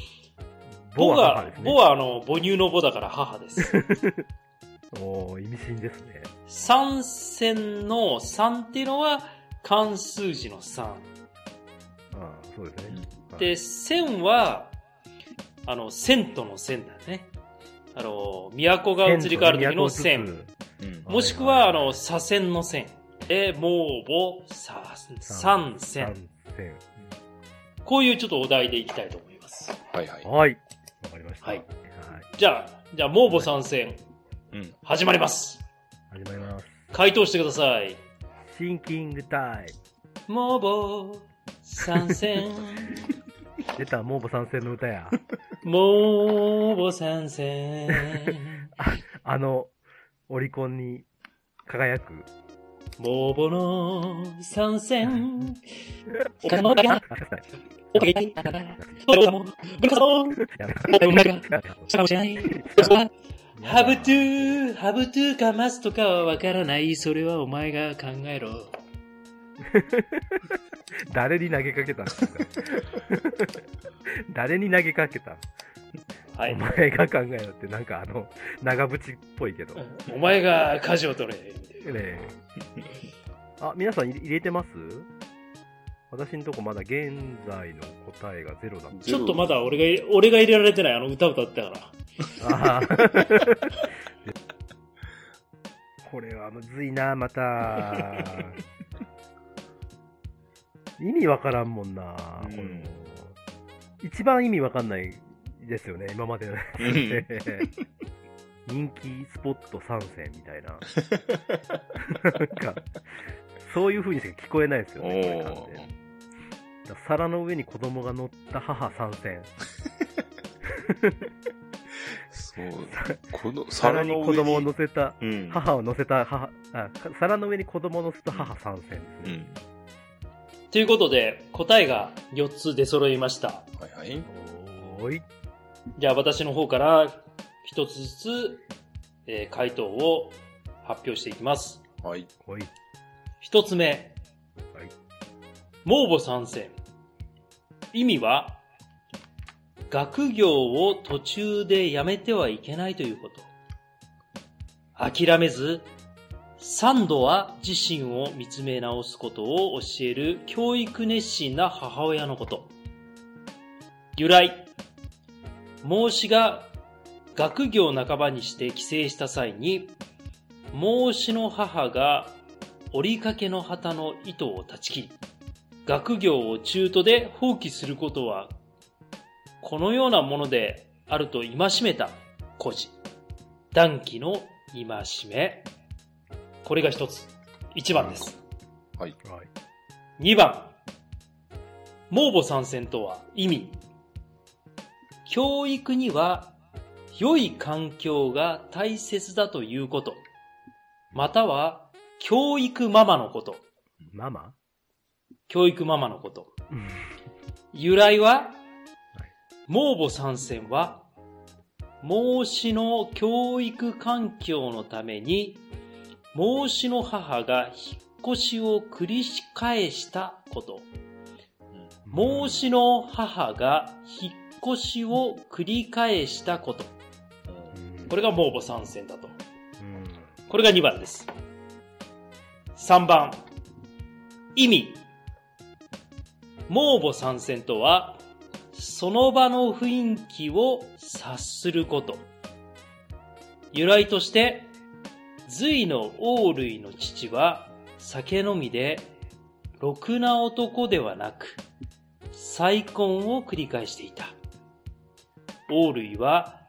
母はが、母は、あの、母乳の母だから母です。 おー意味深ですね。三線の三っていうのは、漢数字の三。ああ、そうですね。はいで、線は、あの、銭湯の線だよね。あの、都が移り変わる時の線。。うんもしくはいはいは、あの、左遷の線。で、もう、ぼ、さ、三三線。線。こういうちょっとお題でいきたいと思います。はいはい。はい。わかりました。はいはい。じゃあ、じゃあ、もうぼ参戦、うん。始まります。始まります。回答してください。シンキングタイもうぼ参戦。ム。出た、モーボ参戦の歌 や。もうぼ参戦。あの、オリコンに輝く。もうぼの参戦。お金の中が、お金がいいから、どうかも、ぶらさも、やめろお金が、しかもしれない。それはハブトゥー、ハブトゥーかマスとかはわからない。それはお前が考えろ。 誰に投げかけたん ですか誰に投げかけたのはお。前が考えろって、なんかあの、長渕っぽいけど。ねお前が舵を取れ。えあ、皆さん入れてます私のとこまだ現在の答えがゼロだっちょっとまだ俺が、俺が入れられてない。あの歌歌ってたから。た。あー これはむずいな、ま た。意味わからんもんな、これも。一番意味わかんないですよね、今までの うん。人気スポット参戦みたいな。なんか、そういう風にしか聞こえないですよおね、これ完ー全にだから皿の上に子供が乗った母参戦。そう。この、皿皿にの子上供をに乗。せた、うん。母を乗せた母、あ、皿の上に子供を乗せた母参戦うですね。ん。ということで、答えが4つ出揃いました。はいはい。おーい。じゃあ私の方から1つずつ、えー回答を発表していきます。はい。おい。 1つ目。はい盲母参戦。意味は、学業を途中でやめてはいけないということ。諦めず、三度は自身を見つめ直すことを教える教育熱心な母親のこと。由来。孟子が学業半ばにして帰省した際に、孟子の母が折りかけの旗の糸を断ち切り、学業を中途で放棄することは、このようなものであると戒めた故事。断気の戒め。これが一つ。一番です。はい。はい。二番。盲母参戦とは意味。教育には良い環境が大切だということ。または教育ママのこと。ママ教育ママのこと。うん。由来は、盲母参戦は、孟子の教育環境のために、孟子の母が引っ越しを繰り返したこと。孟子の母が引っ越しを繰り返したこと。うんこれが盲母参戦だと。うんこれが2番です。3番。意味。盲母参戦とは、その場の雰囲気を察すること。由来として、隋の王類の父は酒飲みで、ろくな男ではなく、再婚を繰り返していた。王類は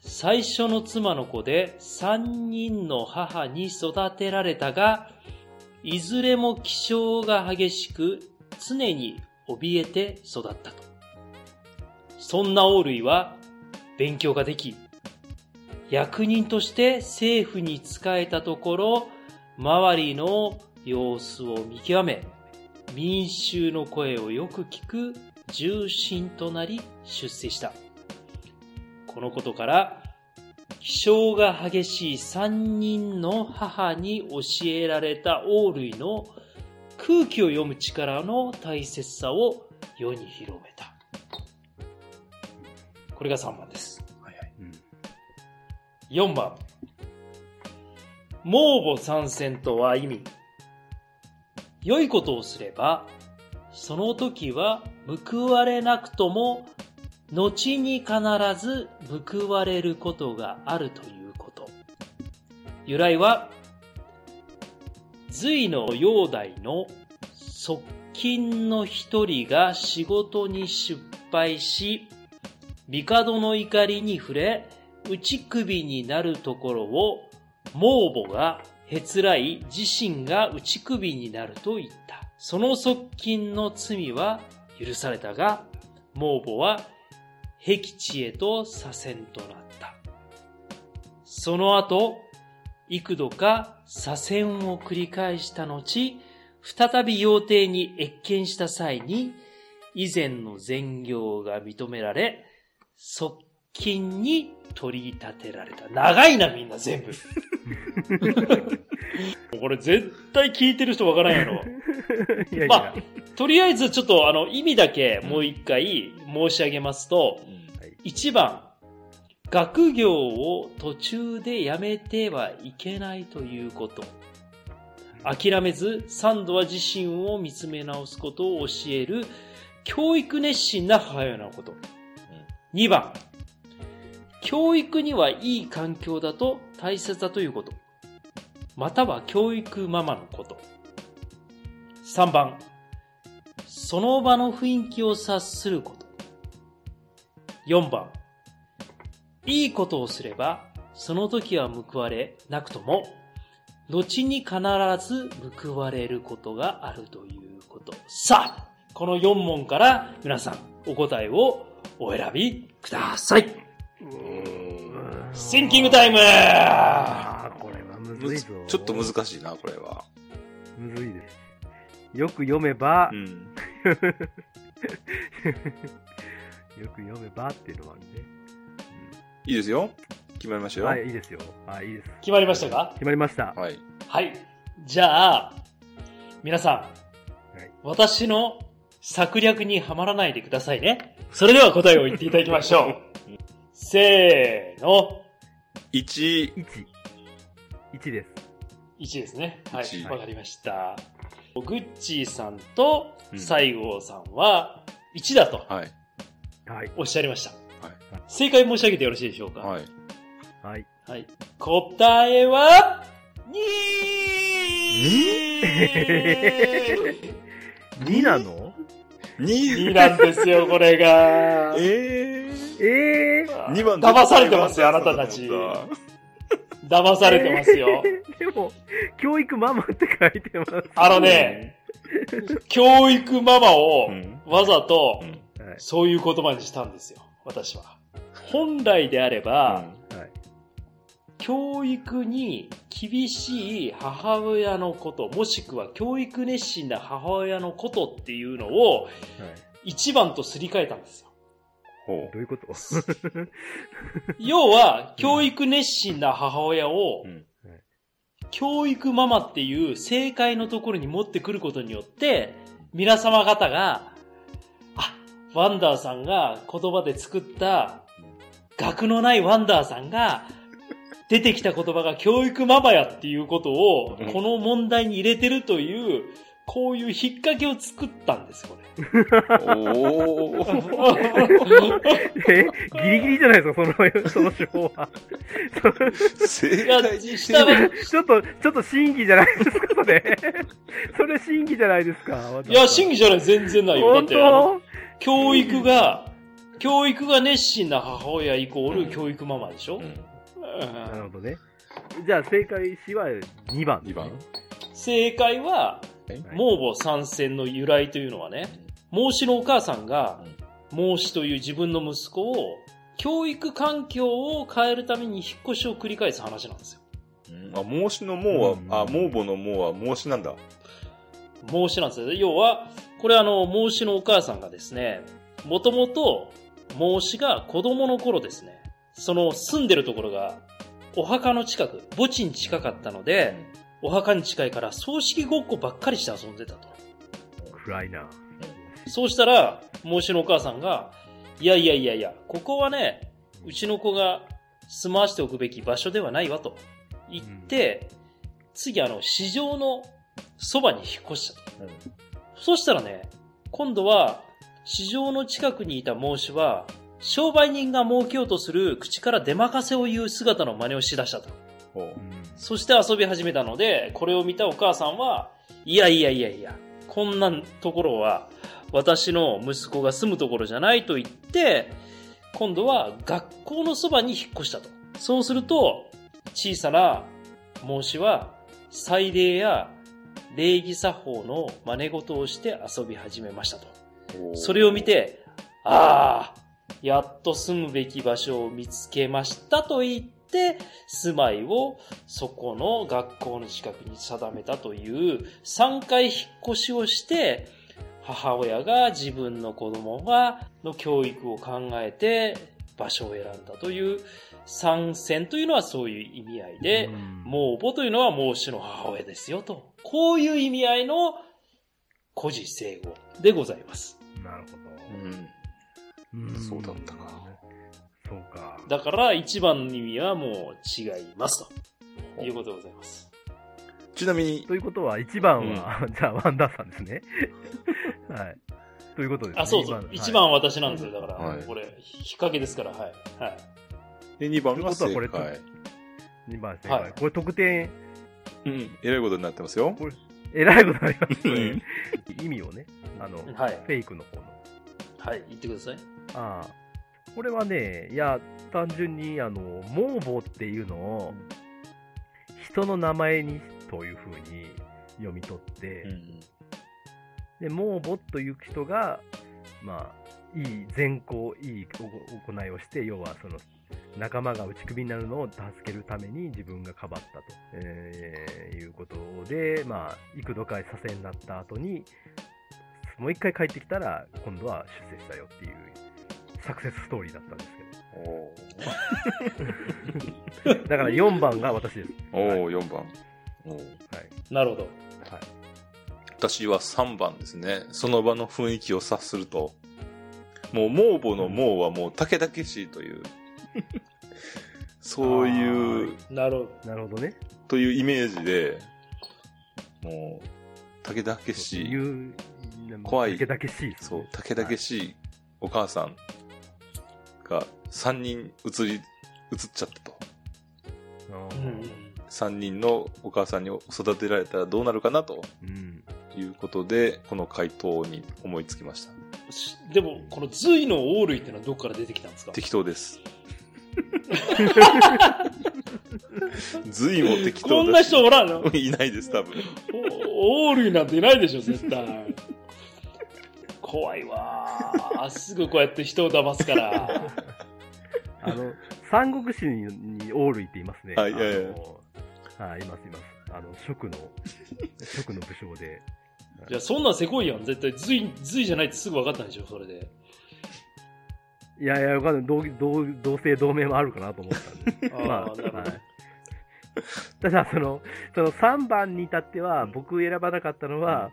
最初の妻の子で三人の母に育てられたが、いずれも気性が激しく常に怯えて育ったと。そんな王類は勉強ができ、役人として政府に仕えたところ、周りの様子を見極め、民衆の声をよく聞く重臣となり出世した。このことから、気性が激しい三人の母に教えられた王類の空気を読む力の大切さを世に広めた。これが3番です。うん4番。盲母参戦とは意味。良いことをすれば、その時は報われなくとも、後に必ず報われることがあるということ。由来は、隋の煬帝の側近の一人が仕事に失敗し、帝の怒りに触れ、打ち首になるところを、盲母がへつらい自身が打ち首になると言った。その側近の罪は許されたが、盲母は僻地へと左遷となった。その後、幾度か左遷を繰り返した後、再び妖帝に謁見した際に、以前の善行が認められ、側近に取り立てられた。長いな、みんな全部。もうこれ絶対聞いてる人わからんやろ。いやいや、まあ、とりあえずちょっとあの意味だけもう一回申し上げますと、1番、学業を途中でやめてはいけないということ。諦めず、三度は自身を見つめ直すことを教える、教育熱心な母親のこと。2番、教育にはいい環境だと大切だということ。または教育ママのこと。3番、その場の雰囲気を察すること。4番、いいことをすれば、その時は報われなくとも、後に必ず報われることがあるということ。さあ、この4問から皆さんお答えをお選びください。うんシンキングタイムあーこれはむむずいずぞ。ちょっと難しいな、これは。むずいです。よく読めば、ん。よく読めばっていうのはあるね。いいですよ。決まりましたよ。はい、いいですよ。はい、いいです。決まりましたか決まりました。はい。はい。じゃあ、皆さん、はい私の策略にはまらないでくださいね。それでは答えを言っていただきまし ょう。せーの、 1、 1。1です。 1ですね。は一い、わかりました。グッチーさんと西郷さんは1だとはい。はい。おっしゃりました。正解申し上げてよろしいでしょうかはい。はい。はい。答えは、に2なの2 2なんですよ、これが。えええー、2番で騙されてますよ、あなたたち。騙されてますよ。でも、教育ママって書いてます。あのね、教育ママをうんわざとうんはい。そういう言葉にしたんですよ、私は。本来であれば、教育に厳しい母親のこと、もしくは教育熱心な母親のことっていうのを一番とすり替えたんですよ。ほどういうこと要は、教育熱心な母親をう。う、ん。教育ママっていう正解のところに持ってくることによって、皆様方が、あ、ワンダーさんが言葉で作った、学のないワンダーさんが、出てきた言葉が教育ママやっていうことをうん、この問題に入れてるという、こういう引っ掛けを作ったんです、 これ。おー。えギリギリじゃないですか、その、その手法は。正いや解にして下はる。ちょっと、ちょっと審議じゃないですか、それ。それ審議じゃないですか。いや、真議偽じゃない、全然ないよ。だっ本て、あの当教育が、教育が熱心な母親イコール教育ママでしょ、うんうんなるほどね。じゃあ、正解詞は2番。 2番。正解は、はい孟母参戦の由来というのはね、孟子のお母さんが、孟子という自分の息子を、教育環境を変えるために引っ越しを繰り返す話なんですよ。あ、孟子の孟は、あ、孟母の孟は孟子なんだ。孟子なんですよ。要は、これあの、孟子のお母さんがですね、もともと、孟子が子供の頃ですね、その住んでるところが、お墓の近く、墓地に近かったので、お墓に近いから葬式ごっこばっかりして遊んでたと。暗いな。そうしたら、孟子のお母さんが、いやいやいやいや、ここはね、うちの子が住まわしておくべき場所ではないわと言って、次あの、市場のそばに引っ越したと。そしたらね、今度は、市場の近くにいた孟子は、商売人が儲けようとする口から出まかせを言う姿の真似をしだしたと。ほうそして遊び始めたので、これを見たお母さんは、いやいやいやいや、こんなところは私の息子が住むところじゃないと言って、今度は学校のそばに引っ越したと。そうすると、小さな孟子は、祭礼や礼儀作法の真似事をして遊び始めましたと。ほうそれを見て、ああ、やっと住むべき場所を見つけましたと言って、住まいをそこの学校の近くに定めたという3回引っ越しをして、母親が自分の子供がの教育を考えて場所を選んだという参戦というのはそういう意味合いで、孟母というのは孟子の母親ですよと。こういう意味合いの古事成語でございます。うん、なるほうん。ど。んそうだったか。そうか。だから一番の意味はもう違いますということでございます。ちなみにと、いうことは、1番は、じゃあ、ワンダーさんですね。はい。ということですね。あ、そうそ一う。番一番は私なんですよ。だから、はいこれ、引っ掛けですから、はい。はい。で2番がとい正うことはこ解。二番正は解い。これ得点、うん。えらいことになってますよ。えらいことになりますうんね。意味をね、あの、フはい。ェイクの方の。はい。言ってください。ああ。これはね、いや、単純に、あの、盲母っていうのを、人の名前にというふうに読み取って、うんで、盲母という人が、まあ、いい善行、いいお行いをして、要はその、仲間が打ち首になるのを助けるために自分がかばったと、えーいうことで、まあ、幾度か左遷になった後に、もう一回帰ってきたら、今度は出世したよっていう、サクセスストーリーだったんですおーけど。だから4番が私です。おー、4番。おーはい。なるほど。はい。私は3番ですね。その場の雰囲気を察すると。もう、盲母の盲はもう、竹々しいと いう。そういう、なるほなるほどね。というイメージで、もう、竹々しい。いう、怖いだけだけしいですそうね、竹々しいお母さんが3人移り、移っちゃったと。うん。 3人のお母さんに育てられたらどうなるかなとうん。いうことで、この回答に思いつきました。しでも、この隋のオールイってのはどこから出てきたんですか適当です。随も適当だしこんな人おらんのいないです、多分。おオールイなんていないでしょ、絶対。怖いわー。すぐこうやって人を騙す から。あの、三国志にオールイって言いますね。はいはいはいあのはい、いますいます。あの、職の、 職の武将で。いや、そんなんせこいやん。絶対隋、隋じゃないってすぐ分かったんでしょ、それで。いやいや、わかんない。同、同、同姓同名もあるかなと思ったんで。 あーまあ、はなるほどい。ただ、その、その3番に至っては、僕選ばなかったのは、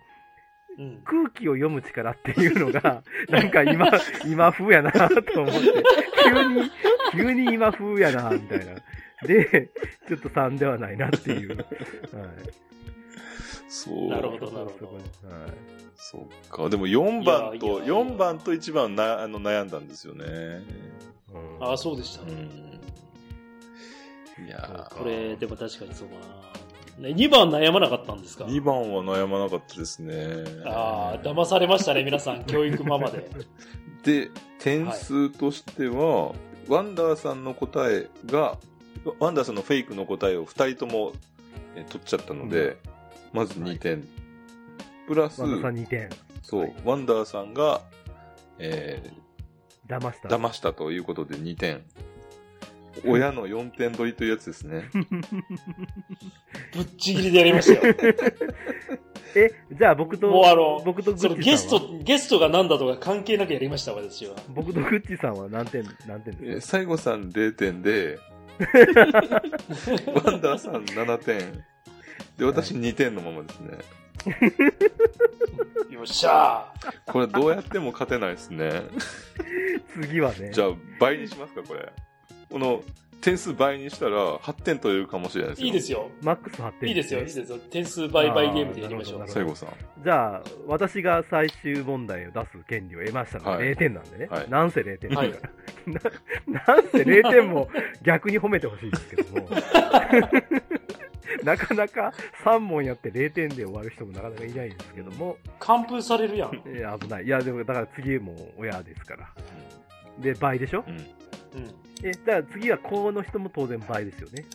うん。空気を読む力っていうのが、 なんか今、今風やなと思って、急に、急に今風やなみたいな。で、ちょっと3ではないなっていう。はい、そ う。なるほどなるほどそこですはいそっか。でも4番いやいと、や4番と1番なあの悩んだんですよね。うんああ、そうでしたう。ん。いやこれ、でも確かにそうかな。ね、2番悩まなかったんですか2番は悩まなかったですね。ああ、騙されましたね、皆さん。教育ママで。で、点数としては、ワンダーさんの答えが、ワンダーさんのフェイクの答えを2人ともえー取っちゃったので、まず2点。プラス、和田さん2点。そう、ワンダーさんが、えー、騙した。騙したということで2点。親の4点取りというやつです ね。ぶっちぎりでやりました よ。え、じゃあ僕と、もうあの僕とグッチそさんのはゲスト、ゲストが何だとか関係なくやりました、私は。僕とグッチさんは何点、何点えーです西郷さん0 点で、ワンダーさん7点。で、私2点のままですね。よっしゃこれどうやっても勝てないですね。か 次はね。じゃあ倍にしますか、これ。この点数倍にしたら8点取れるかもしれないですーよ。いいですよ。マックス8点。いいですよ、いいですよ。点数倍倍ゲームでやりましょあーうなるほどなるほ。ど西郷さん。じゃあ、私が最終問題を出す権利を得ましたので、はい0点なんでね。は いなんせ0点ですはかいら。ななんせ0点も逆に褒めてほしいですけども。 なかなか3問やって0点で終わる人もなかなかいないんですけども、完封さ れるやん。いや危ない。いや、でもだから次も親ですから。で、倍でしょうん。うん。え、だから次は高の人も当然倍ですよね。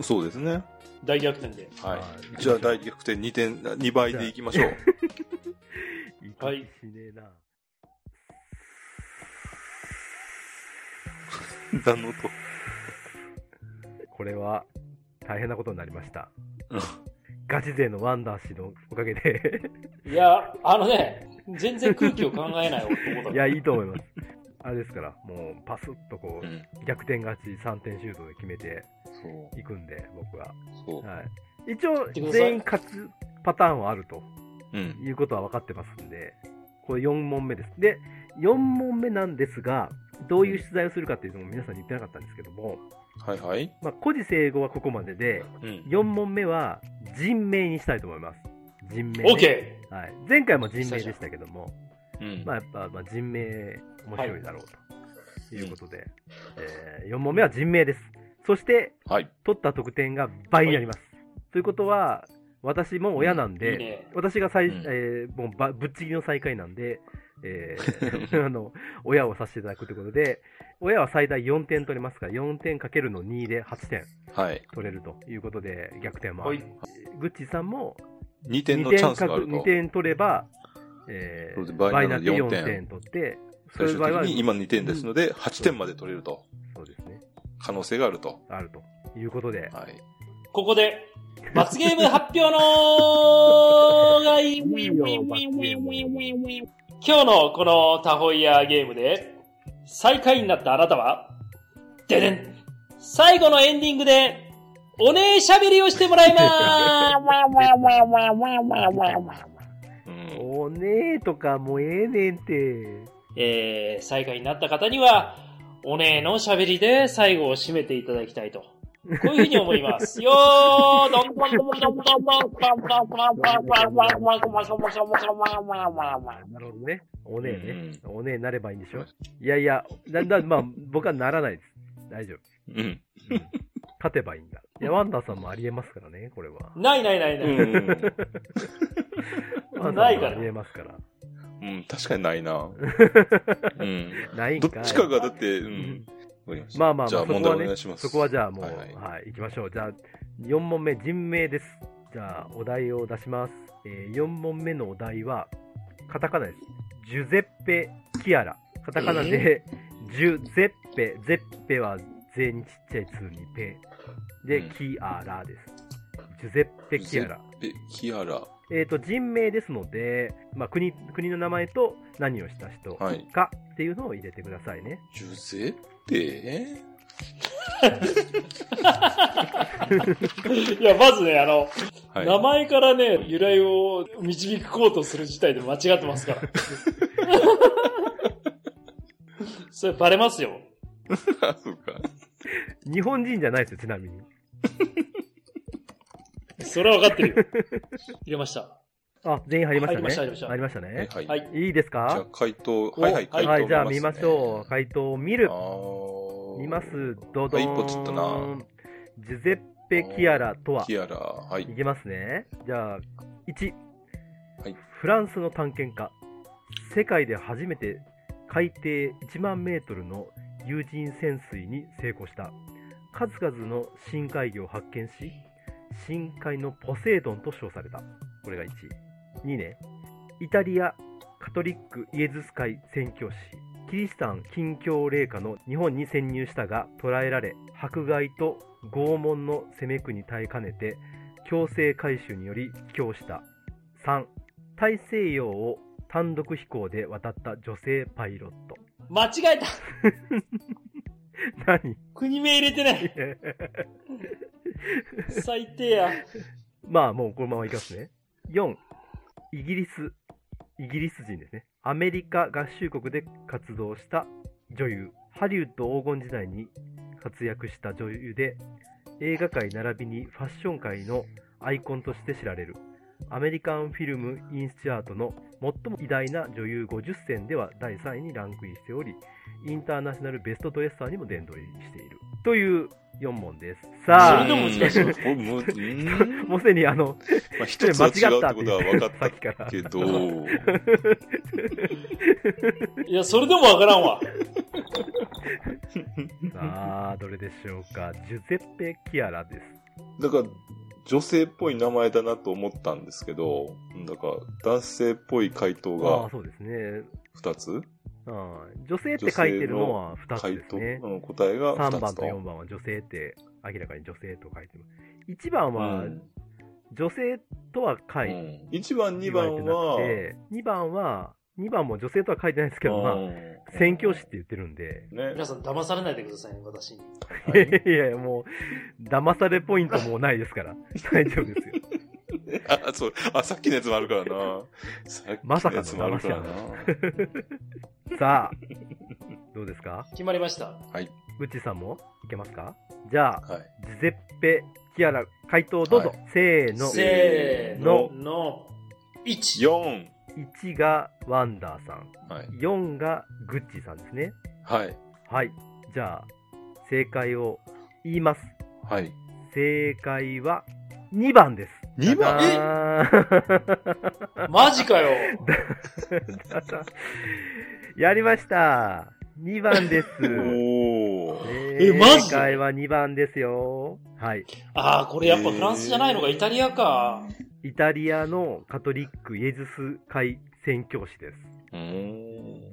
そうですね。大逆転で。はあーい。じゃあ大逆転2点、2倍でいきましょう。いい気はいしねえな。何の音これは大変なことになりました。ガチ勢のワンダー氏のおかげで。 いや、あのね、全然空気を考えない男いだや、いいと思います。あれですから、もうパスッとこうんう、逆転勝ち3点シュートで決めてそいくんで、僕は。う。そう。はい。一応てく、ださい全員勝つパターンはあるとうん。いうことは分かってますんで、これ4問目です。で、4問目なんですが、どういう出題をするかっていうのも皆さんに言ってなかったんですけども、はいはい。まあ、孤児生語はここまでで、うん。 4問目は人名にしたいと思います。人名、ね。オッケはい、前回も人名でしたけども、うんまあ、やっぱまあ人名面白いだろうということで、え4問目は人名です。そして、はい。取った得点が倍になります。ということは、私も親なんー。で、いいね。私が最、うんえーもうばぶっちぎりの最下位なんで、え ーあの親をさせていただくということで、親は最大4点取れますから、4点かけるの2で8点はい。取れるということで、逆転もあはるい。グッチさんも2点の二チャンスがあ角ると二。点取れば、えそうですー、倍倍ななのっでて4 4点点取って、そ最ういう終場合は、的に今2点ですので、8点まで取れると。そうですね、可能性があると。あるということで、はい。ここで、罰ゲーム発表のがいいいよ罰ゲーム今日のこのタホイヤーゲームで、最下位になったあなたは、ででん最後のエンディングで、おねえしゃべりをしてもらいまうん。おねえとかもうええねんて、すえー、最下位になった方には、おねえのしゃべりで最後を締めていただきたいとこういうふうに思います。よー、どんどんどんどんどんどんどんどんどんどんどんなるほどね。おねえね。おねえなればいいんでしょはいやいや、だんだん、まあ、僕はならないです。大丈夫。うん。勝てばいいんだ。いや、ワンダーさんもありえますからね、これは。ないないないうない。ワん。ンダーなさいんもかあらりえますから。うん、確かにないな。うん。ないんどかいっちかがだって、ううんん。わかりましたまあまあまあ、じゃあそこ問は題おね願いします。そこはじゃあもう、ははいい、はい行きましょう。じゃあ、4問目、人名です。じゃあ、お題を出します。え4問目のお題は、カタカナです。ジュゼッペ・キアラ。カタカナで、ジュゼッペ、ゼッペは税にちっちゃい2にペ。で、うんキアラです。ジュゼッペ・キアラ。え、キアラ。えっ、と、人名ですので、まあ、国、国の名前と何をした人はいかっていうのを入れてくださいね。ジュゼッペいや、まずね、あの、はい。名前からね、由来を導くこうとする事態で間違ってますから。それバレますよ。あ そうか。日本人じゃないですよ、ちなみに。それは分かってるよ。入れました。あ、全員入りましたね。入りました入入りましたね。はいははいい。いいですじゃあか回答、おはいはい、あ回答はい、じゃあ見ましょう。はい。回答を見るあ。ー見ます。どうぞ。あ一歩つったな。ジュゼッペ・キアラとは。キアラ、はいい。きますね。じゃあ、1、はいフランスの探検家。世界で初めて海底1万メートルの有人潜水に成功した。数々の深海魚を発見し、深海のポセイドンと称された。これが1。2ね。イタリアカトリックイエズス会宣教師、キリシタン禁教令下の日本に潜入したが捕らえられ、迫害と拷問の攻め苦に耐えかねて、強制改宗により帰郷した。3. 大西洋を単独飛行で渡った女性パイロット。間違えた何 国名入れてない最低や。まあ、もうこのままいきますね。4. イギリス。イギリス人ですね。アメリカ合衆国で活動した女優。ハリウッド黄金時代に活躍した女優で、映画界並びにファッション界のアイコンとして知られる。アメリカンフィルムインスチュアートの最も偉大な女優50選では第3位にランクインしており、インターナショナルベストドレッサーにも殿堂入りしている。という4問です。さあ、それでも難しいい。もう、うー んもうすでにあの、まあ、一つは違うってことは分かっさっきかたら。けど、いや、それでもわからんわ。 さあ、どれでしょうか。ジュゼッペ・キアラです。だから、女性っぽい名前だなと思ったんですけど、だから、男性っぽい回答ああ、がそうですね。 2つああ女性って書いてるのは2つ回です答ね。の答えが2つ3番と4番は女性って、明らかに女性と書いてます。1番はうん女性とは書いて1番、2言われ番てなはく、て、2番は、2番も女性とは書いてないですけど、まあ、あ宣教師って言ってるんで、ね。皆さん騙されないでくださいね、私に。いや いやいや、もう、騙されポイントもうないですから、大丈夫ですよ。 あ、そう。あ、さっきのやつもあるからな。さっきまさかののやつもあるからな。さあ、どうですか決まりました。はい。うっちーさんもいけますかじゃあ、はい。ジュゼッペ・キアラ、回答どうぞ。はせーの。せーの、の、1。 4。 1がワンダーさん、はい。 4がグッチーさんですね。はい。はい。じゃあ、正解を言います。はい。正解は2番です。 2番じゃじゃー んマジかよ。やりました。2番です。おー。えマジで正解は2番ですよ。はい。ああ、これやっぱフランスじゃないのか、イタリアか。イタリアのカトリックイエズス会宣教師です。うー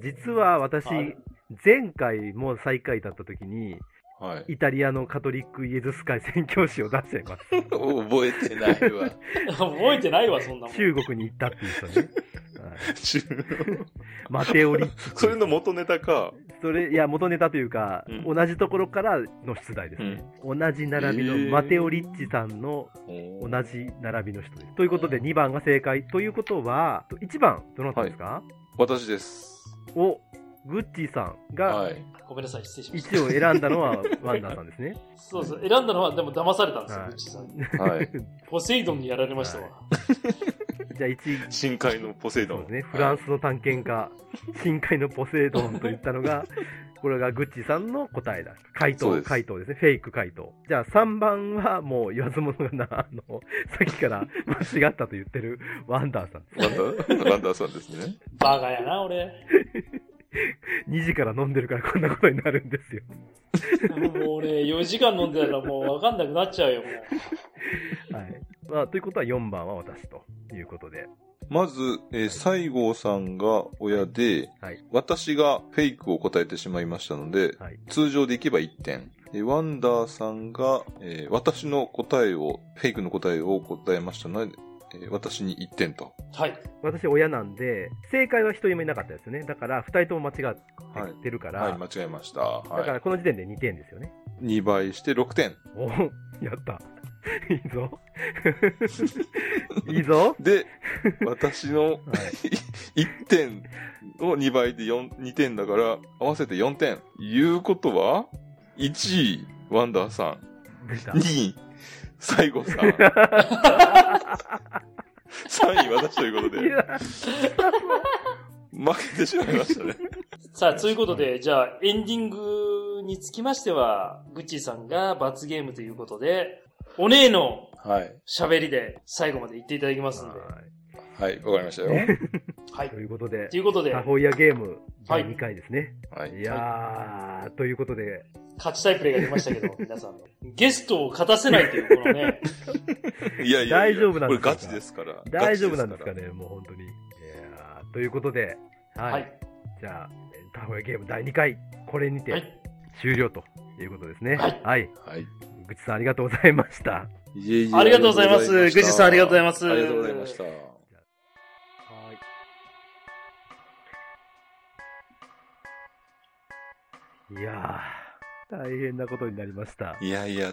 ん実は私、はい前回も最下位だった時に、はい。イタリアのカトリックイエズス会宣教師を出しちゃい ます。覚えてない わ。覚えてないわ、そんなもん。中国に行ったっていう人ね。はいマテオリッチ。それの元ネタか。それ、いや、元ネタというか、うん同じところからの出題ですね。同じ並びの、えーマテオリッチさんの同同じ並びの人です。ということで、2番が正解。ということは、1番、どなたですか、私です。を、グッチーさんはがい。ごめんなさい、失礼しました。 1を選んだのはワンダーさんですね。そうそう、選んだのは、でも騙されたんですよ、はいうちさんに。 はい。ポセイドンにやられましたわ。じゃあ1位、深海のポセイドそうン。ですね、フランスの探検 家、深海のポセイドンと言ったのが、これがグッチさんの答えだ。回そう答、です回答ですね。フェイク回答。じゃあ3番はもう言わずものがな、あの、 さっきから間違ったと言ってるワンダーさん。ランダー、ランダーさんですね。バカやな、俺。 2時から飲んでるからこんなことになるんですよ。もう俺、4時間飲んでたらもうわかんなくなっちゃうよ、もう。はい。まあ、ということは4番は私ということで。まず、えー西郷さんが親で、はい私がフェイクを答えてしまいましたので、はい。通常でいけば1点。えーワンダーさんが、えー私の答えを、フェイクの答えを答えましたので、えー私に1点と。はい。私親なんで、正解は1人もいなかったですよね。だから2人とも間違ってるから、はい、間違えました。だかはらこの時点で2点ですよね。い。2倍して6点。おーやった。いいぞ。いいぞ。 で、私のはい、 1点を2倍で4 2点だから、合わせて4点。いうことは、1位、ワンダーさ出たん。2。位、西郷さん。3位、私ということいで、や負けてしまいましたね。さあ、ということで、じゃあ、エンディングにつきましては、グッチーさんが罰ゲームということで、お姉のはい。喋りで最後まで言っていただきますんで。ははい、わかりましたよ。はいいと。いうことでとい、うことでサ、フォイアゲームはい第2回ですね。、はいい。やー、ということで、勝ちたいプレイが出ましたけど、皆さんの。ゲストを勝たせないという、このね、いやいやいや大丈夫なんでこれすかガチですから。大丈夫なんですかガチね、もう本当に。いやー、ということで、はい。はい。じゃあ、サフォイアゲーム第2回、これにはてい。終了ということですね。はいはい。ら。はい。ぐちさんありがとうございました。いえいえありがとうございますありがとうございしたグジさんありがとうございますありがとうございました。はい。いやー、大変なことになりました。いやいや、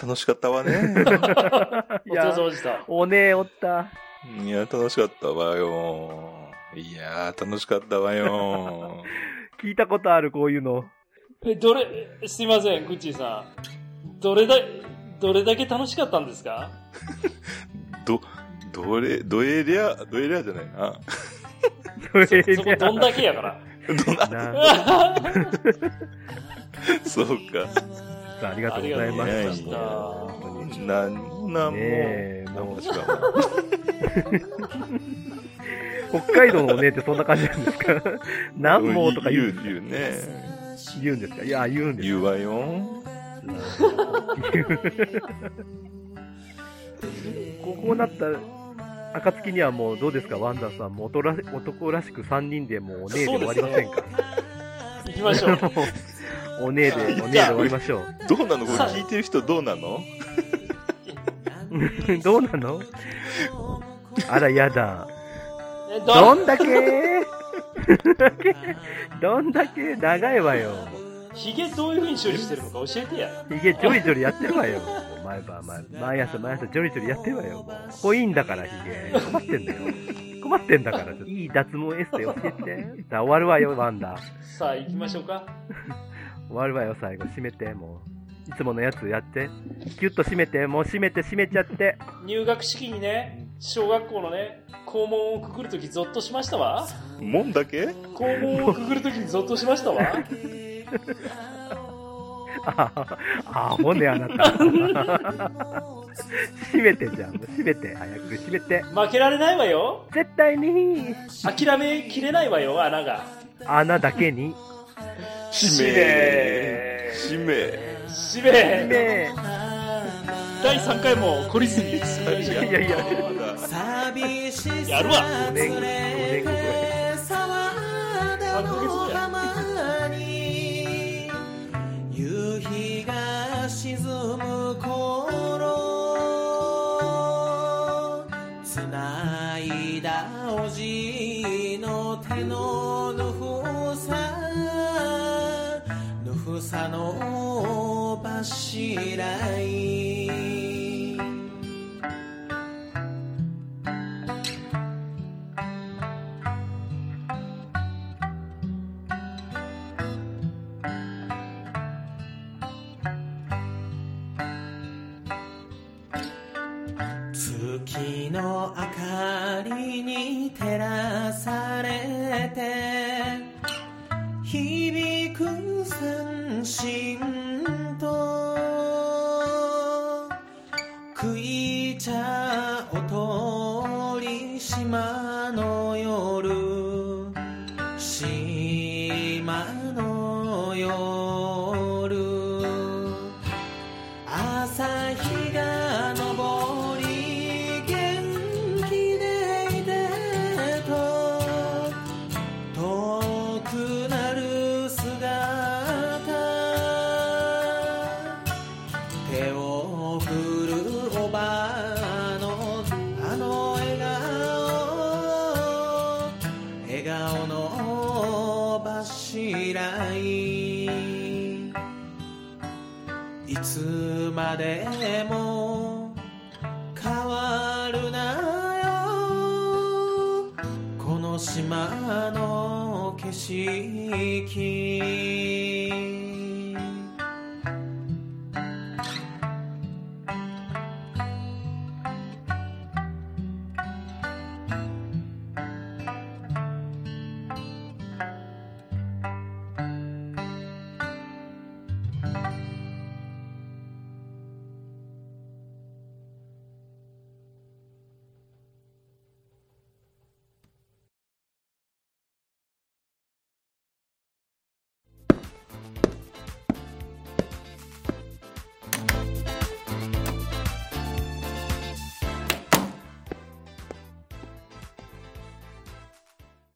楽しかったわね。 お疲れ様でした。おねえおった。いや、楽しかったわよ。いや、楽しかったわよ。聞いたことある、こういうの。え、どれ、すいません、グッチーさん。どれだ、どれだけ楽しかったんですかど、どれ、どえりゃ、どえりゃじゃないな。 そそこどんだけやから。どんな、なあそうか。さあありがとうございまいやしいや本当、なんもなた。んも。ねえ、なんももう違うわ。北海道のおねえってそんな感じなんですか 何もとか言うんですか言う、言うね。言うんですかいや、言うんです言うわよ。ここなった暁にはもうどうですか、ワンダーさん、もう男ら男らしく3人でもうお姉で終わりませんか、行きましょう。 お姉で、お姉で終わりましょどうなのこれ聞いてる人どうなのう。 どうなのあら、やだ。えどどんだけ どんだけ長いわよ。ヒゲどういう風に処理してるのか教えてや。ひげジョリジョリやってるわよ。毎晩毎毎朝毎朝ジョリジョリやってるわよ。もうここいいんだからひげ。困ってんだよ。困ってんだから。ちょっといい脱毛エステ教えて。さあ終わるわよ、ワンダー。さあ、行きましょうか。終わるわよ、最後。閉めて、もう。いつものやつやって。キュッと閉めて、もう閉めて、閉めちゃって。入学式にね、小学校のね、校門をくぐるときゾッとしましたわ。もんだけ校門をくぐるときにゾッとしましたわ。ああ、あほね、あなた。閉めてじゃん。もう閉めて。早く閉めて。負けられないわよ。絶対に、諦めきれないわよ、穴が。穴だけに。使使命命。使命。しめね第3回も懲りずに。いえ。いやいや、寂しさやるわ5年、5年後くらい。沢田の浜に夕日が沈む頃繋いだおじいの手のぬふさぬふさの柱いの明かりに照らされて響く三振と食い茶お通り島の夜島の夜朝日が昇り元気でいてと遠くなる姿手を振るおばあのあの笑顔笑顔の柱いいつまでも変わるなよこの島の景色